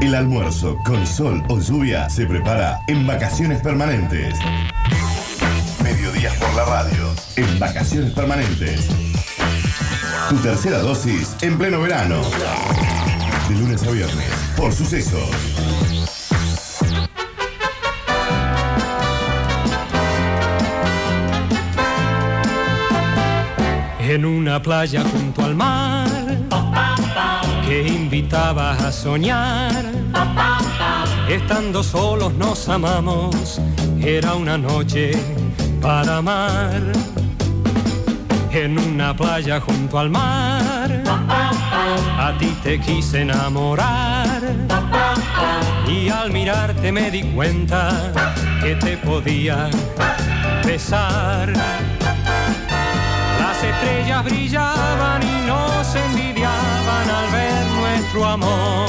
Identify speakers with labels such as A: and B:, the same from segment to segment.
A: El almuerzo con sol o lluvia se prepara en vacaciones permanentes. Mediodías por la radio. En vacaciones permanentes. Tu tercera dosis en pleno verano. De lunes a viernes. Por sucesos.
B: En una playa junto al mar que invitaba a soñar. Estando solos nos amamos, era una noche para amar. En una playa junto al mar, a ti te quise enamorar. Y al mirarte me di cuenta que te podía besar. Las estrellas brillaban y nos envidiaban al ver nuestro amor.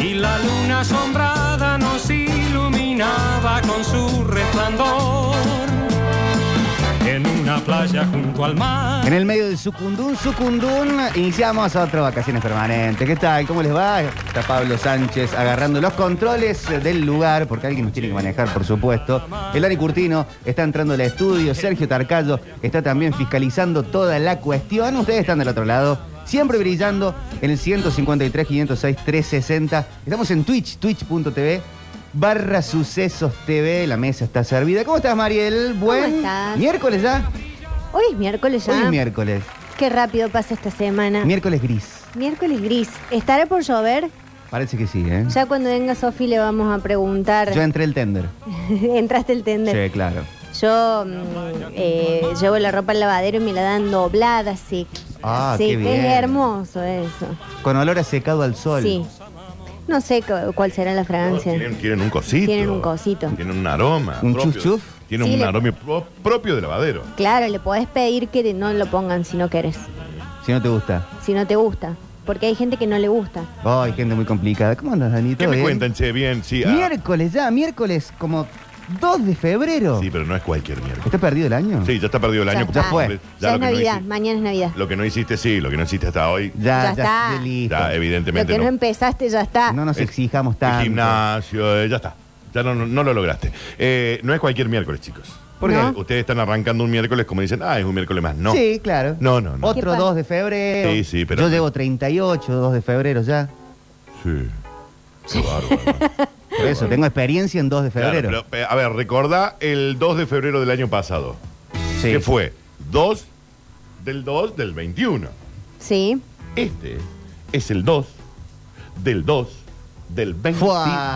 B: Y la luna asombrada nos iluminaba con su resplandor. En una playa junto al mar.
C: En el medio del sucundún, sucundún, iniciamos otra vacaciones permanentes. ¿Qué tal? ¿Cómo les va? Está Pablo Sánchez agarrando los controles del lugar, porque alguien nos tiene que manejar, por supuesto. El Dani Curtino está entrando al estudio, Sergio Tarcallo está también fiscalizando toda la cuestión. Ustedes están del otro lado, siempre brillando en el 153, 506, 360. Estamos en Twitch, twitch.tv. Barra Sucesos TV, la mesa está servida. ¿Cómo estás, Mariel? Buen
D: estás?
C: miércoles ya.
D: Hoy es miércoles ya.
C: Hoy es miércoles.
D: Qué rápido pasa esta semana.
C: Miércoles gris.
D: miércoles gris. ¿Estará por llover?
C: Parece que sí, ¿eh?
D: Ya cuando venga Sofi le vamos a preguntar.
C: Yo entré el tender.
D: Entraste el tender.
C: Sí, claro.
D: Yo mm, eh, llevo la ropa al lavadero y me la dan doblada, sí.
C: Ah,
D: sí,
C: qué bien.
D: es hermoso eso.
C: Con olor a secado al sol.
D: Sí. No sé cu- cuál será la fragancia.
E: Tienen, tienen un cosito.
D: Pues Tienen un cosito.
E: Tienen un aroma.
C: ¿Un
E: propio-
C: chuf chuf?
E: Tienen
D: Sí,
E: un
D: le-
E: aroma pro- propio de lavadero.
D: Claro, le podés pedir que te- no lo pongan si no querés,
C: Si no te gusta.
D: si no te gusta. Porque hay gente que no le gusta.
C: Ay, gente muy complicada. ¿Cómo andas, Dani?
E: ¿Qué
C: ¿Todo
E: me
C: bien?
E: cuentan, che? Bien, sí. ah.
C: Miércoles ya, miércoles como 2 de febrero.
E: Sí, pero no es cualquier miércoles.
C: ¿Está perdido el año?
E: Sí, ya está perdido el
D: Ya
E: año.
C: Ya
D: está.
C: fue.
D: Ya,
E: lo
D: es
E: que no
D: Navidad,
E: hici-
D: mañana es Navidad.
E: lo que no hiciste, sí. Lo que no hiciste hasta hoy,
C: Ya,
D: Ya
C: ya,
D: está.
C: ya listo.
E: ya,
D: Lo
E: evidentemente
D: que no
E: no.
D: empezaste ya está.
C: No nos
E: Es-
C: exijamos
E: El
C: tanto.
E: gimnasio, eh, ya está. Ya no, no- no lo lograste. Eh, no es cualquier miércoles, chicos.
C: ¿Por
E: Porque
D: No.
E: Ustedes están arrancando un miércoles como dicen, ah, es un miércoles más. No.
C: Sí, claro.
E: No, no, no.
D: ¿Qué
C: Otro
D: pasa?
C: 2 de febrero.
E: Sí, sí, pero-
C: Yo llevo 38, 2 de febrero ya.
E: Sí. Qué bárbaro.
C: Por eso, tengo experiencia en 2 de
E: Claro,
C: febrero.
E: pero, eh, a ver, recordá el 2 de febrero del año pasado.
C: Sí.
E: que fue 2 del 2 del 21.
D: Sí.
E: Este es el 2 del 2 del 22.
C: Fuá.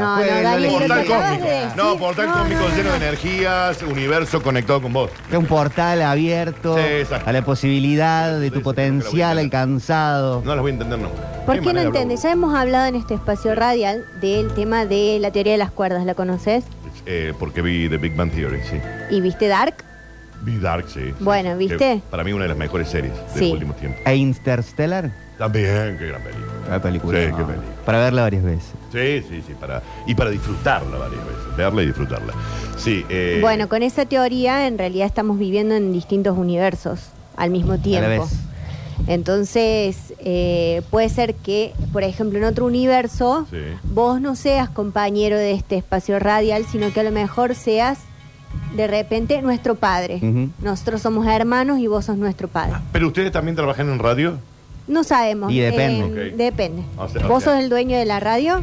D: No,
C: Fue
D: no,
C: lo
D: Dani,
C: leí.
D: lo
E: Portal
D: que acabas
E: cósmico.
D: de decir.
E: No, portal
D: No,
E: cósmico
D: no, no,
E: lleno de
D: no.
E: energías, universo conectado con vos.
C: Es un portal abierto
E: Sí, exacto.
C: a la posibilidad de tu
E: Sí, sí, creo que la voy a
C: potencial
E: entender.
C: alcanzado.
E: No las voy a entender, no.
D: ¿Por qué no
E: manera,
D: entiendes? Ya hemos hablado en este espacio radial del tema de la teoría de las cuerdas, ¿la conoces?
E: bro. Eh, porque vi The Big Bang Theory, sí.
D: ¿Y viste Dark?
E: Vi Dark, sí. sí,
D: Bueno,
E: sí.
D: ¿viste?
E: Que para mí una de las mejores series de
D: Sí.
E: los últimos tiempos.
C: E Interstellar.
E: También, qué gran película.
C: La película.
E: Sí,
C: no.
E: qué película.
C: Para verla varias veces.
E: Sí, sí, sí, para, y para disfrutarla varias veces, verla y disfrutarla. Sí, eh,
D: Bueno, con esa teoría en realidad estamos viviendo en distintos universos al mismo tiempo.
C: A la vez.
D: Entonces, eh, puede ser que, por ejemplo, en otro universo,
E: Sí.
D: vos no seas compañero de este espacio radial, sino que a lo mejor seas de repente nuestro padre.
C: Ujú.
D: Nosotros somos hermanos y vos sos nuestro padre.
E: ¿Pero ustedes también trabajan en radio?
D: No sabemos.
C: Y depende.
D: Eh,
E: Ok.
D: Depende.
E: O sea,
D: vos
E: o sea.
D: sos el dueño de la radio,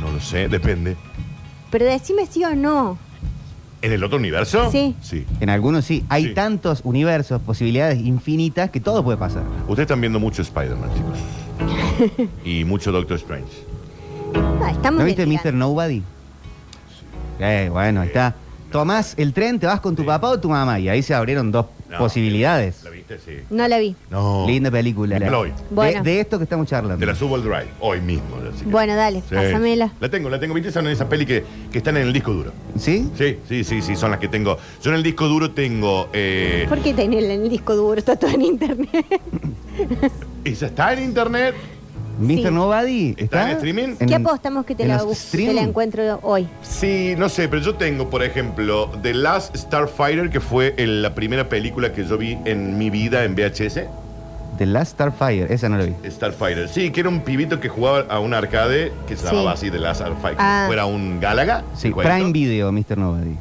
E: No lo sé, depende.
D: pero decime sí o no.
E: ¿En el otro universo?
D: Sí.
E: Sí.
C: En algunos sí. Hay
E: Sí.
C: tantos universos, posibilidades infinitas que todo puede pasar.
E: Ustedes están viendo mucho Spider-Man, chicos. y mucho Doctor Strange.
D: No, Ah, estamos
C: ¿No viste
D: delirando.
C: Mr. Nobody? Eh, bueno, ahí está. Tomás el tren, te vas con tu papá o tu mamá. Y ahí se abrieron dos
E: No,
C: posibilidades. Oh.
E: ¿La viste? Sí.
D: No la vi.
E: No.
C: Linda película.
E: Dímelo hoy.
C: De,
D: Bueno.
C: de esto que estamos charlando.
E: Te la subo al drive, hoy mismo. así que-
D: Bueno, dale,
E: Sí.
D: pásamela.
E: La tengo, la tengo. ¿Viste? Son esas pelis que, que están en el disco duro.
C: ¿Sí?
E: Sí, sí, sí, sí, son las que tengo. Yo en el disco duro tengo... Eh,
D: ¿Por qué tenés en el disco duro? Está todo en internet.
E: esa está en internet.
C: Mr.
D: Sí.
C: Nobody.
E: ¿Está en streaming?
C: en-
D: ¿Qué apostamos que te
C: en
D: la,
C: los
D: bus- te la
C: stream?
D: encuentro hoy?
E: Sí, no sé, pero yo tengo, por ejemplo, The Last Starfighter, que fue el- la primera película que yo vi en mi vida en VHS.
C: The Last Starfire, esa no la vi.
E: Starfighter. Sí, que era un pibito que jugaba a un arcade que se
D: Sí.
E: llamaba así de las Starfighter.
D: Ah.
E: Fuera un Galaga.
C: Sí,
E: el jueguito.
C: Prime Video, Mr. Nobody.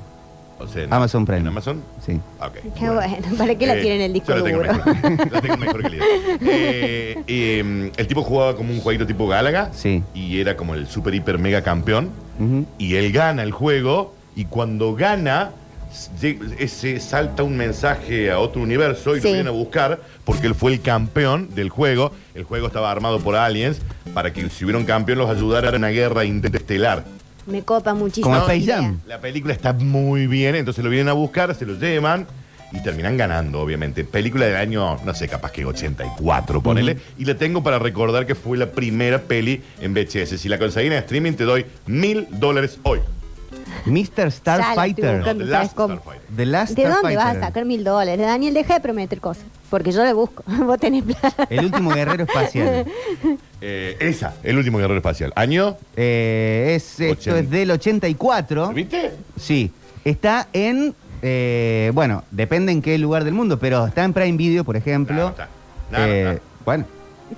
E: O sea, en-
C: Amazon Prime.
E: ¿En Amazon?
C: Sí.
E: Ah, ok.
D: Qué bueno, ¿para qué la
E: Eh,
D: tienen el disco
E: yo la tengo
D: duro?
E: mejor. La tengo mejor que el eh, eh, El tipo jugaba como un jueguito tipo Galaga.
C: Sí.
E: Y era como el super, hiper, mega campeón.
C: Ujú.
E: Y él gana el juego. Y cuando gana, se se salta un mensaje a otro universo y
D: Sí.
E: lo vienen a buscar. Porque él fue el campeón del juego. El juego estaba armado por aliens para que si hubiera un campeón los ayudara en una guerra interestelar.
D: Me copa muchísimo.
C: Como
D: la
C: Space
D: idea.
C: Jam.
E: La película está muy bien, entonces lo vienen a buscar, se lo llevan y terminan ganando, obviamente. Película del año, no sé, capaz que 84, ponele. Y la tengo para recordar que fue la primera peli en VHS. Si la conseguí en streaming, te doy mil dólares hoy.
C: Mr.
D: estoy
C: Starfighter.
D: buscando.
E: The
D: ¿sabes
E: Last
D: cómo?
E: Starfighter.
C: The Last
D: ¿De dónde
C: Starfighter.
D: vas a sacar mil dólares? Daniel, deja de prometer cosas. Porque yo le busco. Vos tenés plata.
C: El último guerrero espacial.
E: Eh, esa, el último guerrero espacial. ¿Año?
C: Eh, es, esto
E: Ochenta.
C: es del 84.
E: ¿Viste?
C: Sí. Está en. eh, bueno, depende en qué lugar del mundo, pero está en Prime Video, por ejemplo.
E: No, no está. No, no
C: Eh,
E: está.
C: Bueno,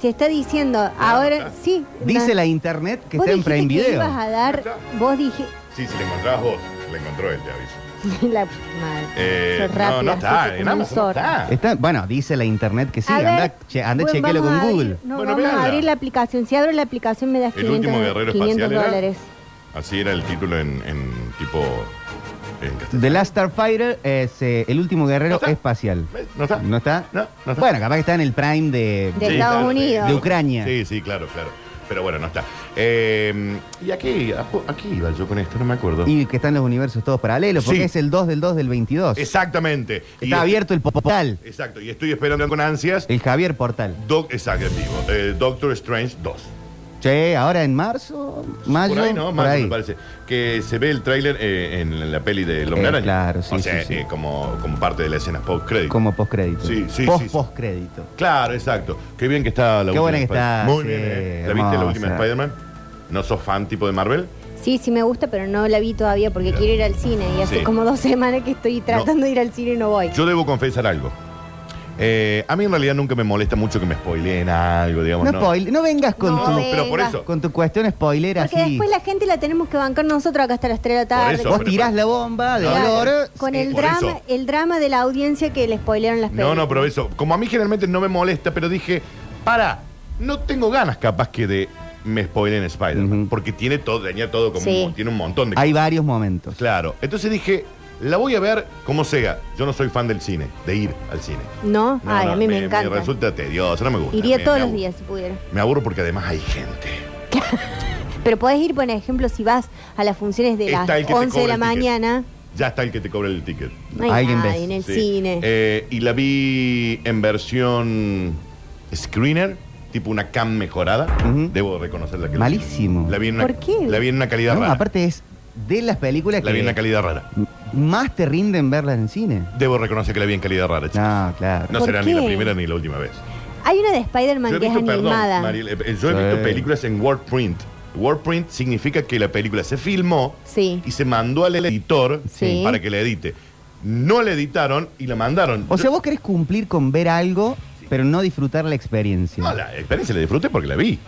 D: Se está diciendo, ahora
E: Ah, está.
D: sí.
C: dice
D: no.
C: la internet que
D: Vos
C: está en
D: dijiste
C: Prime
D: que
C: Video.
D: ibas a dar,
E: Ya
D: vos dije,
E: Sí, si la encontrabas vos, la encontró él, te aviso.
D: la madre.
E: Eh,
D: Sos
E: no,
D: rápida,
E: no está,
D: sos
E: en
D: como un
E: Amazon no
D: zorro.
E: está.
C: Está- bueno, dice la internet que sí.
D: A
C: anda,
D: ver,
C: che- anda
D: bueno,
C: chequealo
D: vamos
C: con
D: a abrir-
C: Google.
D: No,
E: Bueno,
D: vamos
E: véanla.
D: a abrir la aplicación. Si abro la aplicación me das
E: El último
D: 500
E: guerrero
D: 500
E: espacial era.
D: dólares.
E: Así era el título en, en tipo. En castellano.
C: The Last Starfighter es eh, el último guerrero
E: No está.
C: espacial.
E: ¿Ves? No está.
C: ¿No está?
E: No, no está.
C: Bueno, capaz que está en el Prime de.
D: De Estados Unidos.
C: De Ucrania.
E: Sí, sí, claro, claro. Pero bueno, no está. Eh, ¿Y aquí, aquí iba yo con esto? No me acuerdo.
C: Y que están los universos todos paralelos, porque
E: Sí.
C: es el 2 del 2 del 22.
E: Exactamente. Y-
C: Está abierto el portal.
E: Exacto. Y estoy esperando con ansias.
C: El Javier Portal.
E: Doc, exacto, digo, eh, Doctor Strange 2.
C: Che, ahora en marzo, mayo,
E: por ahí, ¿no?
C: Ah, por
E: Mayo,
C: ahí.
E: me parece. Que se ve el tráiler eh, en la peli de Hombre
C: Eh,
E: Araña.
C: claro, sí,
E: O sea,
C: sí, sí.
E: eh, como, como parte de la escena post-credit.
C: Como postcrédito.
E: Sí, sí, sí,
C: Post
E: sí.
C: postcrédito.
E: Claro, exacto. Qué bien que está la
C: Qué
E: última
C: buena que
E: Spider-
C: está,
E: Muy
C: sí,
E: bien. eh. ¿La viste la última de
C: hermosa.
E: Spider-Man? ¿No sos fan tipo de Marvel?
D: Sí, sí me gusta, pero no la vi todavía porque
E: Claro.
D: quiero ir al cine. Y hace
E: Sí.
D: como dos semanas que estoy tratando de ir al cine y no voy.
E: Yo debo confesar algo. Eh, a mí en realidad nunca me molesta mucho que me spoileen algo, digamos.
C: No, spoil- no vengas con,
D: No,
E: No,
D: venga.
E: pero por eso.
C: tu, con tu cuestión spoiler
D: porque
C: así.
D: después la gente la tenemos que bancar nosotros acá hasta las 3 de la tarde.
E: eso,
C: Vos
E: pero-
C: tirás la bomba de
E: No,
D: Claro,
C: valor.
D: con
E: sí,
D: el
E: por
D: drama,
E: eso.
D: el drama de la audiencia que le spoilearon las
E: No,
D: películas.
E: no, pero eso. Como a mí generalmente no me molesta, pero dije, para, no tengo ganas capaz que de me spoilen Spider-Man.
C: Ujú.
E: Porque tiene todo, tenía todo como
D: Sí.
E: un- tiene un montón de
C: Hay varios momentos.
E: Claro. Entonces dije, la voy a ver como sea. Yo no soy fan del cine, de ir al cine.
D: ¿No?
E: No,
D: Ay,
E: no,
D: a mí me, encanta.
E: resulta tedioso, no me gusta.
D: Iría
E: Me-
D: todos
E: me
D: los
E: aburro.
D: días si pudiera.
E: Me aburro porque además hay gente.
D: Pero podés ir, por ejemplo, si vas a las funciones de las
E: Está el que te
D: 11 de
E: cobra
D: la
E: el ticket.
D: mañana,
E: Ya está el que te cobra el ticket.
D: no hay
C: Alguien
D: nadie
C: ves.
D: en el
E: Sí.
D: cine.
E: Eh, y la vi en versión screener, tipo una cam mejorada.
C: Ujú.
E: Debo reconocerla. Que
C: Malísimo.
E: La vi en una,
D: ¿Por qué?
E: La vi en una calidad
C: No,
E: rara.
C: Aparte es de las películas
E: la vi
C: que
E: en una calidad rara.
C: más te rinden verlas en cine.
E: Debo reconocer que la vi en calidad rara, chicos.
C: No, claro.
E: No
D: ¿Por
E: será ni la
D: qué?
E: primera ni la última vez.
D: Hay una de Spider-Man
E: Yo he
D: que es
E: visto, perdón,
D: animada.
E: Mariel, eh, eh, yo he
C: Sí.
E: visto películas en WordPrint. WordPrint significa que la película se filmó
D: Sí.
E: y se mandó al editor
D: Sí.
E: para que la edite. No la editaron y la mandaron.
C: O
E: Yo-
C: sea, vos querés cumplir con ver algo, pero no disfrutar la experiencia.
E: No, la experiencia la disfruté porque la vi.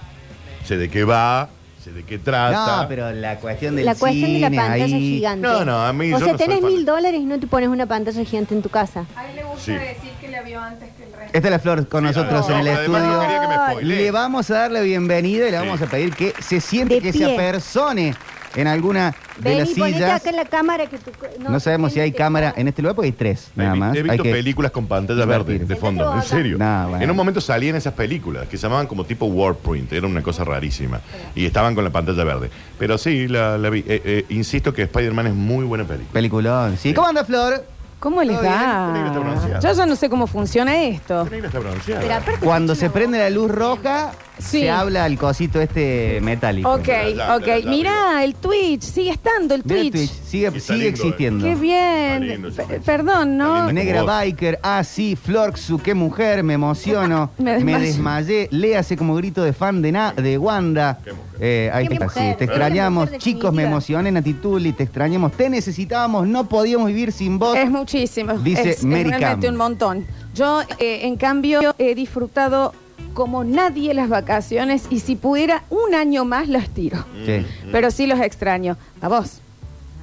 E: Sé de qué va, sé de qué trata.
C: No, pero la cuestión del
D: La cuestión de la
C: cine
D: pantalla
C: ahí-
D: gigante.
E: No, no, a mí
D: O
E: yo
D: sea,
E: no soy
D: tenés
E: fan.
D: mil dólares y no te pones una pantalla gigante en tu casa.
F: A él le gusta
E: Sí.
F: decir que la vio antes que el resto.
C: Esta es la flor con
E: Sí,
C: nosotros
E: Ah, no,
C: en el
E: no, además no
C: estudio.
E: quería que me spoilee.
C: Le vamos a dar la bienvenida y le
E: Sí.
C: vamos a pedir que se siente,
D: De
C: que
D: pie.
C: se apersone en alguna de
D: Vení,
C: las
D: ponete
C: sillas.
D: acá en la cámara que tu-
C: No, sabemos si hay
D: te-
C: cámara en este lugar porque hay tres,
E: He
C: nada
E: vi-
C: más.
E: He
C: Hay
E: visto
C: que-
E: películas con pantalla
C: divertir.
E: verde de fondo, en serio.
C: No, bueno.
E: En un momento salían esas películas que se llamaban como tipo WordPrint, era una cosa rarísima. Y estaban con la pantalla verde. Pero sí, la, la vi. Eh, eh, insisto que Spider-Man es muy buena película.
C: Peliculón, sí.
E: Sí.
C: ¿Cómo anda, Flor?
G: ¿Cómo les
C: Todo bien,
E: qué lindo está
G: va?
E: pronunciado.
G: Yo ya no sé cómo funciona esto.
E: Esta negra está bronceada.
D: Pero aparte
C: Cuando
D: escucha
C: se
D: una
C: prende
D: voz.
C: la luz roja,
G: Sí.
C: se habla al cosito este metálico.
G: Ok,
E: Ya, ya,
G: ok.
E: ya, ya, ya.
G: Mirá, Ah, el Twitch, sigue estando el
C: Mira el
G: Twitch.
C: Twitch, sigue,
E: Está
C: sigue
E: lindo, eh.
C: existiendo.
G: Qué bien.
E: Está lindo ese
G: Pe-
E: Twitch.
G: Perdón,
E: Está
G: ¿no?
E: lindo.
C: Negra
E: Como vos.
C: Biker, ah sí, Florxu, qué mujer, me emociono,
G: Me
C: me
G: desmayo.
C: desmayé, léase como grito de fan de, na- de Wanda.
E: Qué mujer.
C: Eh, ahí
D: Qué
C: está,
D: mujer,
C: sí, te
D: qué
C: extrañamos,
D: mujer
C: chicos, me
D: definitiva.
C: emocioné, Natituli, te extrañamos, te necesitábamos, no podíamos vivir sin vos.
G: Es muchísimo.
C: Dice
G: es, es
C: Mary
G: realmente
C: Cam.
G: un montón. Yo, eh, en cambio, he disfrutado como nadie las vacaciones y si pudiera un año más las tiro.
E: Mm.
C: Sí,
G: Pero sí los extraño. A vos,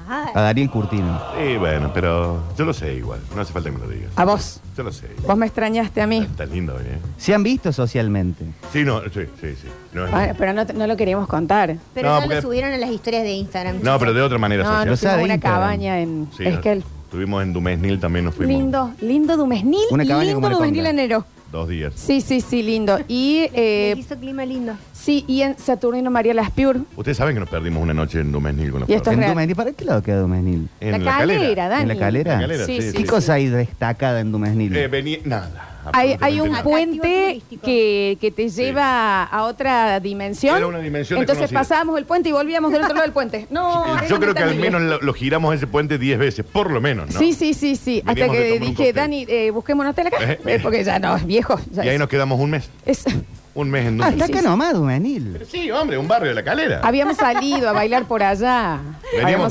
D: ah,
C: a Daniel Curtino.
E: Sí, bueno, pero yo lo sé igual. No hace falta que me lo digas.
G: a vos.
E: Yo lo sé.
G: Ah. Vos me extrañaste a mí.
E: Está lindo hoy, ¿eh?
C: ¿Se han visto socialmente?
E: Sí, no, sí, sí, sí. No, es-
G: Ah, Pero no, te- no lo queríamos contar.
D: Pero
E: No,
D: ya
E: porque-
D: lo subieron a las historias de Instagram.
E: no, pero de otra manera
G: No,
E: social.
C: Lo
G: nos
C: sabe
G: fuimos a una
C: Instagram.
G: cabaña en
E: Sí,
G: Esquel.
E: Estuvimos en Dumesnil, también nos fuimos.
G: Lindo, lindo Dumesnil.
C: Una cabaña
G: lindo
C: como la
G: Dumesnil
C: conga.
G: enero.
E: Dos días.
G: Sí, sí, sí, lindo. Y, eh,
D: Le hizo clima lindo.
G: sí, y en Saturnino María Las Piur.
E: Ustedes saben que nos perdimos una noche en Dumesnil con la
G: Y esto
E: Flor.
G: es
C: ¿En
G: real.
C: Dumenil? ¿Para qué lado queda Dumenil?
E: En
G: la calera,
E: calera.
G: Dani.
C: ¿En la calera?
E: La calera,
G: Sí,
E: sí,
G: sí,
C: ¿Qué
E: sí.
C: cosa hay destacada en Ah, Dumenil?
E: Eh, venía, nada.
G: Hay, hay
E: absolutamente
G: un
E: nada.
D: Atractivo
G: puente
D: turístico.
G: que, que te lleva a otra dimensión.
E: Era una dimensión
G: Entonces
E: desconocida.
G: pasábamos el puente y volvíamos del otro lado del puente. No,
E: Eh,
G: era
E: Yo creo que al
G: terrible.
E: menos lo, lo giramos ese puente 10 veces, por lo menos, ¿no?
G: Sí, sí, sí, sí. Hasta
E: Veníamos de
G: que
E: tomar un
G: dije,
E: cóctel.
G: Dani, eh, busquemos un hotel acá.
E: Eh,
G: eh, porque ya no, es viejo. ya
E: Y ahí
G: es-
E: nos quedamos un mes.
G: es-
E: Un mes en
C: Ah,
E: Dumesnil.
C: está acá nomás Dumenil.
E: Pero Sí, hombre, un barrio de la calera.
G: Habíamos salido a bailar por allá. Habíamos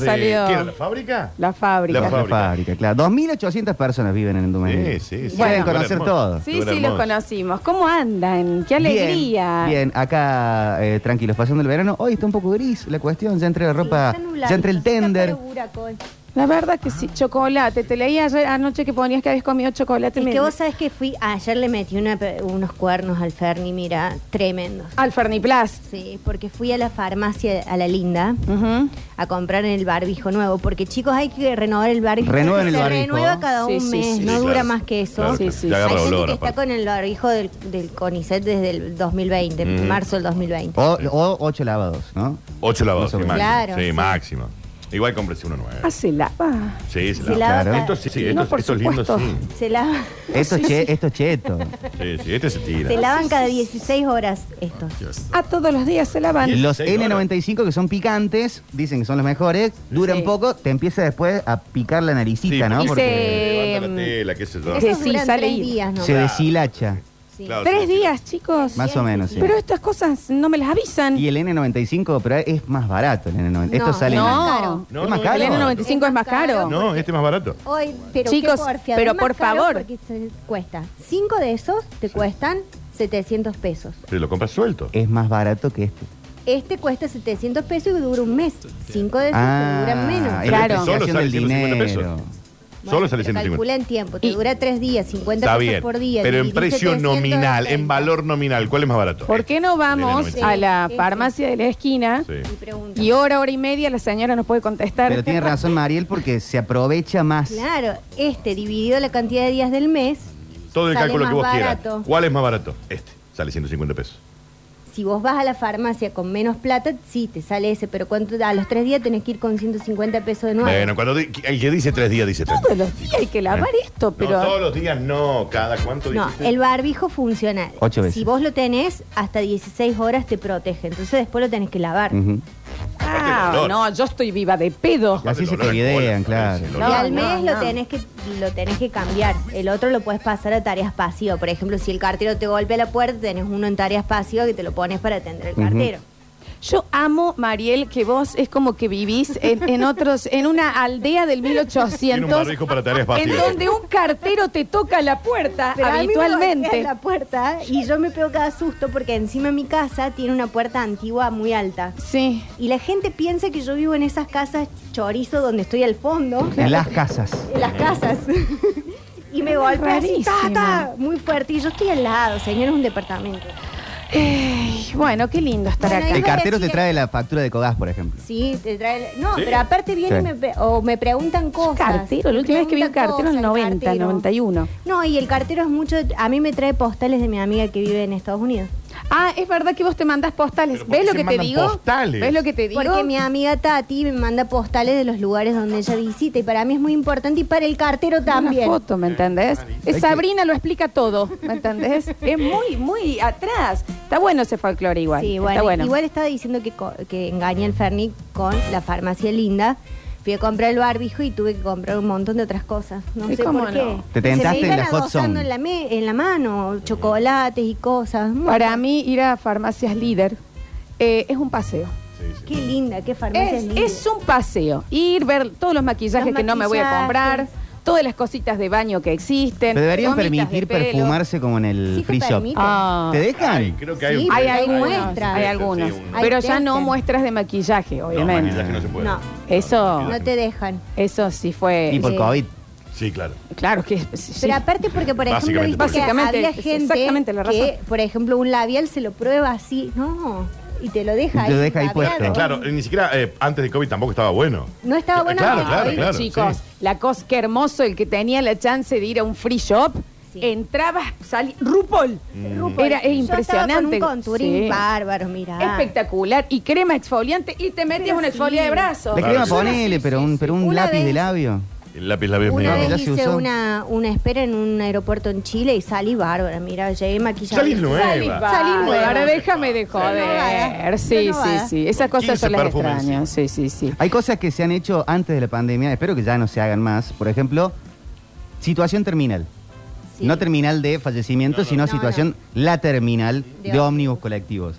E: Veníamos de,
G: salido.
E: ¿qué era, la fábrica?
G: La fábrica.
E: La
C: La
E: fábrica.
C: fábrica, claro. 2.800 personas viven en
E: Sí,
C: Dumenil.
E: sí, sí.
C: Pueden
G: Bueno.
C: conocer
E: Lugar hermoso.
C: todo.
G: Sí,
E: Lugar
G: sí, los
E: hermoso.
G: conocimos. ¿Cómo andan? ¡Qué alegría!
C: Bien, bien. acá eh, tranquilos, pasando el verano. Hoy está un poco gris la cuestión, ya entre la ropa,
D: Sí, está
C: ya
D: nubladito,
C: entre el
D: está
C: tender.
D: cara de huracán.
G: La verdad que sí, chocolate. Te leí ayer anoche que ponías que habías comido chocolate.
D: Es
G: Me-
D: que vos sabés que fui, ayer le metí una pe- unos cuernos al Ferni, mira, tremendos.
G: Al Ferniplas.
D: Sí, porque fui a la farmacia, a la linda,
G: Ujú.
D: a comprar el barbijo nuevo, porque chicos hay que renovar el barbijo.
C: Renueven
D: porque
C: el
D: se
C: barbijo.
D: renueva cada
G: Sí,
D: un
G: sí,
D: mes,
G: sí,
D: no
E: sí,
D: dura
E: claro.
D: más que eso.
E: Claro,
G: Sí, sí.
E: Ya
D: Hay
E: agarra
D: gente
E: olor,
D: que está
E: aparte.
D: con el barbijo del, del CONICET desde el 2020,
E: Mm.
D: marzo del 2020.
C: O, o ocho lavados, ¿no?
E: Ocho lavados,
C: Más
E: sí,
C: o menos.
E: máximo.
D: Claro,
E: sí,
D: sí.
E: máximo. Igual cómprese uno nuevo.
G: Ah, se lava.
E: Sí, se
D: Se
E: lava.
D: lava
C: Claro.
E: Esto sí, sí,
G: No,
E: esto,
G: por
E: esto es lindo,
G: supuesto.
E: sí.
D: Se lava-
C: Esto,
G: sí,
C: che,
G: sí.
C: esto es cheto.
E: Sí, sí, este se tira.
D: se lavan cada 16 horas estos.
G: Ah, todos los días se lavan.
E: Y el-
C: Los
E: Seis
C: N95 que son picantes, dicen que son los mejores, duran
G: Sí.
C: poco, te empieza después a picar la naricita,
E: Sí,
C: ¿no?
G: y
C: Porque
E: Levanta la
G: Mm.
E: tela, qué sé yo.
G: Que
D: Esos
G: sí,
D: duran
G: sale
D: tres
G: ir.
D: días, ¿no?
C: se deshilacha,
D: Sí.
E: Claro,
G: Tres
E: sí, sí.
G: días, chicos.
C: más o menos. sí.
G: Pero estas cosas no me las avisan.
C: Y el N95, pero es más barato el N95. Esto
D: No,
C: sale
D: es
G: no.
D: más caro.
E: No,
C: es más
E: no,
C: caro.
G: El N95 es más caro.
E: No, este es más barato.
D: Hoy, pero
G: Chicos,
D: qué porfia,
G: pero
D: además
G: por
D: caro
G: favor.
D: porque se cuesta. Cinco de esos te cuestan 700 pesos.
E: Pero lo compras suelto.
C: Es más barato que este.
D: Este cuesta 700 pesos y dura un mes. Cinco de esos te
G: Ah,
D: duran menos.
C: Ah, es
G: Claro.
C: la
E: Solo
C: explicación
E: sale
C: del
E: 150 pesos.
C: dinero.
D: Bueno,
E: Solo sale
D: pero
E: 150.
D: Calcula en tiempo, te
G: Y-
D: dura tres días, 50
E: Está
D: pesos
E: bien.
D: por día.
E: Pero en
D: dividí
E: precio
D: 700,
E: nominal, en
D: 30.
E: valor nominal, ¿cuál es más barato?
G: ¿Por qué no vamos
E: Sí,
G: a la
D: sí.
G: farmacia de la esquina
E: Sí.
D: Mi pregunta.
G: y hora, hora y media la señora nos puede contestar?
C: Pero tiene razón Mariel porque se aprovecha más.
D: Claro, este dividido la cantidad de días del mes,
E: Todo el
D: Sale
E: cálculo
D: más
E: que vos
D: barato.
E: quieras. ¿Cuál es más barato? Este. Sale 150 pesos.
D: si vos vas a la farmacia con menos plata, sí, te sale ese, pero cuánto, a los tres días tenés que ir con 150 pesos de nuevo.
E: Bueno, cuando di- el que dice tres días, dice tres.
G: Todos los días hay que lavar
E: ¿Eh?
G: esto, pero.
E: No, todos los días no. ¿Cada cuánto
D: No,
E: dijiste?
D: el barbijo funciona.
C: Ocho veces.
D: Si vos lo tenés, hasta 16 horas te protege. Entonces después lo tenés que lavar.
C: Ujú.
G: Ah,
E: Aparte del
G: no,
E: olor.
G: yo estoy viva de pedo.
C: Así
E: El
C: se
E: olor en
C: fidean,
E: bola,
C: claro.
E: sí, el
D: Y
E: olor.
G: No,
D: al mes
G: no.
D: Lo, tenés que, lo tenés que cambiar. El otro lo puedes pasar a tareas pasivas. Por ejemplo, si el cartero te golpea la puerta, tenés uno en tareas pasivas que te lo pones para atender el
C: Ujú.
D: cartero.
G: Yo amo, Mariel, que vos es como que vivís en, en otros, en una aldea del
E: Tiene un
G: 1800,
E: barbijo para tareas
G: en
E: pasivas.
G: donde un cartero te toca la puerta
D: Pero a mí me golpean
G: habitualmente.
D: la puerta y yo me pego cada susto porque encima mi casa tiene una puerta antigua muy alta.
G: Sí.
D: Y la gente piensa que yo vivo en esas casas chorizo donde estoy al fondo.
C: En las casas.
D: en las casas. y me
G: Es
D: golpea así, ta,
G: rarísimo.
D: ta, muy fuerte. Y yo estoy al lado, señor, es un departamento.
G: Ey, bueno, qué lindo estar
D: Bueno,
G: acá.
D: y-
C: El
D: voy a
C: cartero te
D: decir-
C: trae la factura de Cogás, por ejemplo.
D: Sí, te trae... el- No,
E: Sí.
D: pero aparte
C: Sí.
D: viene y me, pre- o me preguntan cosas.
G: Cartero, la última vez que vi un
D: Preguntan
G: cartero en el
D: cosas,
G: 90,
D: cartero.
G: 91.
D: No, y el cartero es mucho... A mí me trae postales de mi amiga que vive en Estados Unidos.
G: Ah, es verdad que vos te mandas postales.
E: Pero ¿por
G: ¿Ves
E: qué
G: lo
E: se
G: que te
E: mandan
G: digo?
E: postales?
G: ¿Ves lo que te digo?
D: Porque mi amiga Tati me manda postales de los lugares donde ella visita y para mí es muy importante y para el cartero también.
G: Una foto, ¿me entendés?
E: Ah,
G: Eh, Sabrina lo explica todo, ¿me entendés? es muy, muy atrás. Está bueno ese folclore igual.
D: Sí,
G: Está
D: bueno,
G: bueno.
D: Igual estaba diciendo que, co- que engañé al Ferni con la farmacia linda. Fui a comprar el barbijo y tuve que comprar un montón de otras cosas. No
G: ¿Y
D: sé
G: cómo
D: por qué.
G: no?
C: Te
D: Se me
C: tentaste en
D: iban
C: la hot
D: adosando
C: zone.
D: En la, me- en la mano, chocolates y cosas. Mm,
G: Para mí, ir a farmacias líder eh, es un paseo.
D: Qué linda, qué farmacia
G: Es,
D: linda.
G: es un paseo. Ir, ver todos los maquillajes
D: Los
G: que no me voy a comprar, todas las cositas de baño que existen.
C: Pero deberían
G: gomitas de
C: permitir
G: pelo.
C: perfumarse como en el
D: Sí, te
C: free shop.
D: permite.
G: Ah.
C: ¿Te dejan?
E: Ay, creo que hay,
D: Sí,
E: un-
G: Hay
D: Hay
G: algunos,
D: muestras.
G: hay algunos.
E: Sí, un-
D: Hay
G: Pero ya no
D: tester.
G: muestras de maquillaje,
E: No,
G: obviamente.
E: maquillaje no se puede.
D: No.
G: Eso-
E: no,
D: No te dejan.
G: Eso sí fue.
C: Y por
D: Sí.
C: COVID.
E: Sí, claro.
G: Claro que. sí.
D: Pero aparte porque, por ejemplo,
E: Básicamente
D: viste que
G: Básicamente,
D: había
G: es
D: gente
G: exactamente la razón.
D: que, por ejemplo, un labial se lo prueba así, no, y te lo deja
C: Y te
D: ahí.
C: lo deja ahí
D: labial,
C: puesto.
D: ¿no?
E: Claro, eh, ni siquiera eh, antes de COVID tampoco estaba bueno.
D: No estaba
E: Eh,
D: bueno
E: Claro,
D: antes de
E: claro,
D: COVID,
E: claro.
G: chicos,
E: sí.
G: la cosa, qué hermoso el que tenía la chance de ir a un free shop.
D: Sí.
G: Entrabas, salías. RuPaul.
C: Mm.
D: RuPaul.
G: Era es
D: Yo
G: impresionante.
D: estaba con un contouring
G: Sí.
D: bárbaro, mirá.
G: Espectacular. Y crema exfoliante y te metías una exfoliante de brazo.
C: La
E: Claro,
C: crema
E: sí.
C: ponele, pero un, pero un
D: Una
C: lápiz de
D: vez-
C: labio.
E: El lápiz labial
D: Una
E: pegado.
C: Ya
D: vez
C: se
D: hice
C: usó.
D: una, una espera en un aeropuerto en Chile y salí bárbara, mira, llegué maquillada.
E: Salís nueva.
G: Salí, va.
D: Salí nueva.
G: Ahora déjame de
D: novada.
G: joder. Sí,
D: Una
G: sí,
D: novada.
G: sí. Esas cosas
E: 15
G: son las
E: perfumes.
G: extrañas. Sí, sí, sí.
C: Hay cosas que se han hecho antes de la pandemia, espero que ya no se hagan más. Por ejemplo, situación terminal.
D: Sí.
C: No terminal de fallecimiento, sino
D: No,
C: situación la terminal
D: De
C: de,
D: ómnibus.
C: ómnibus colectivos.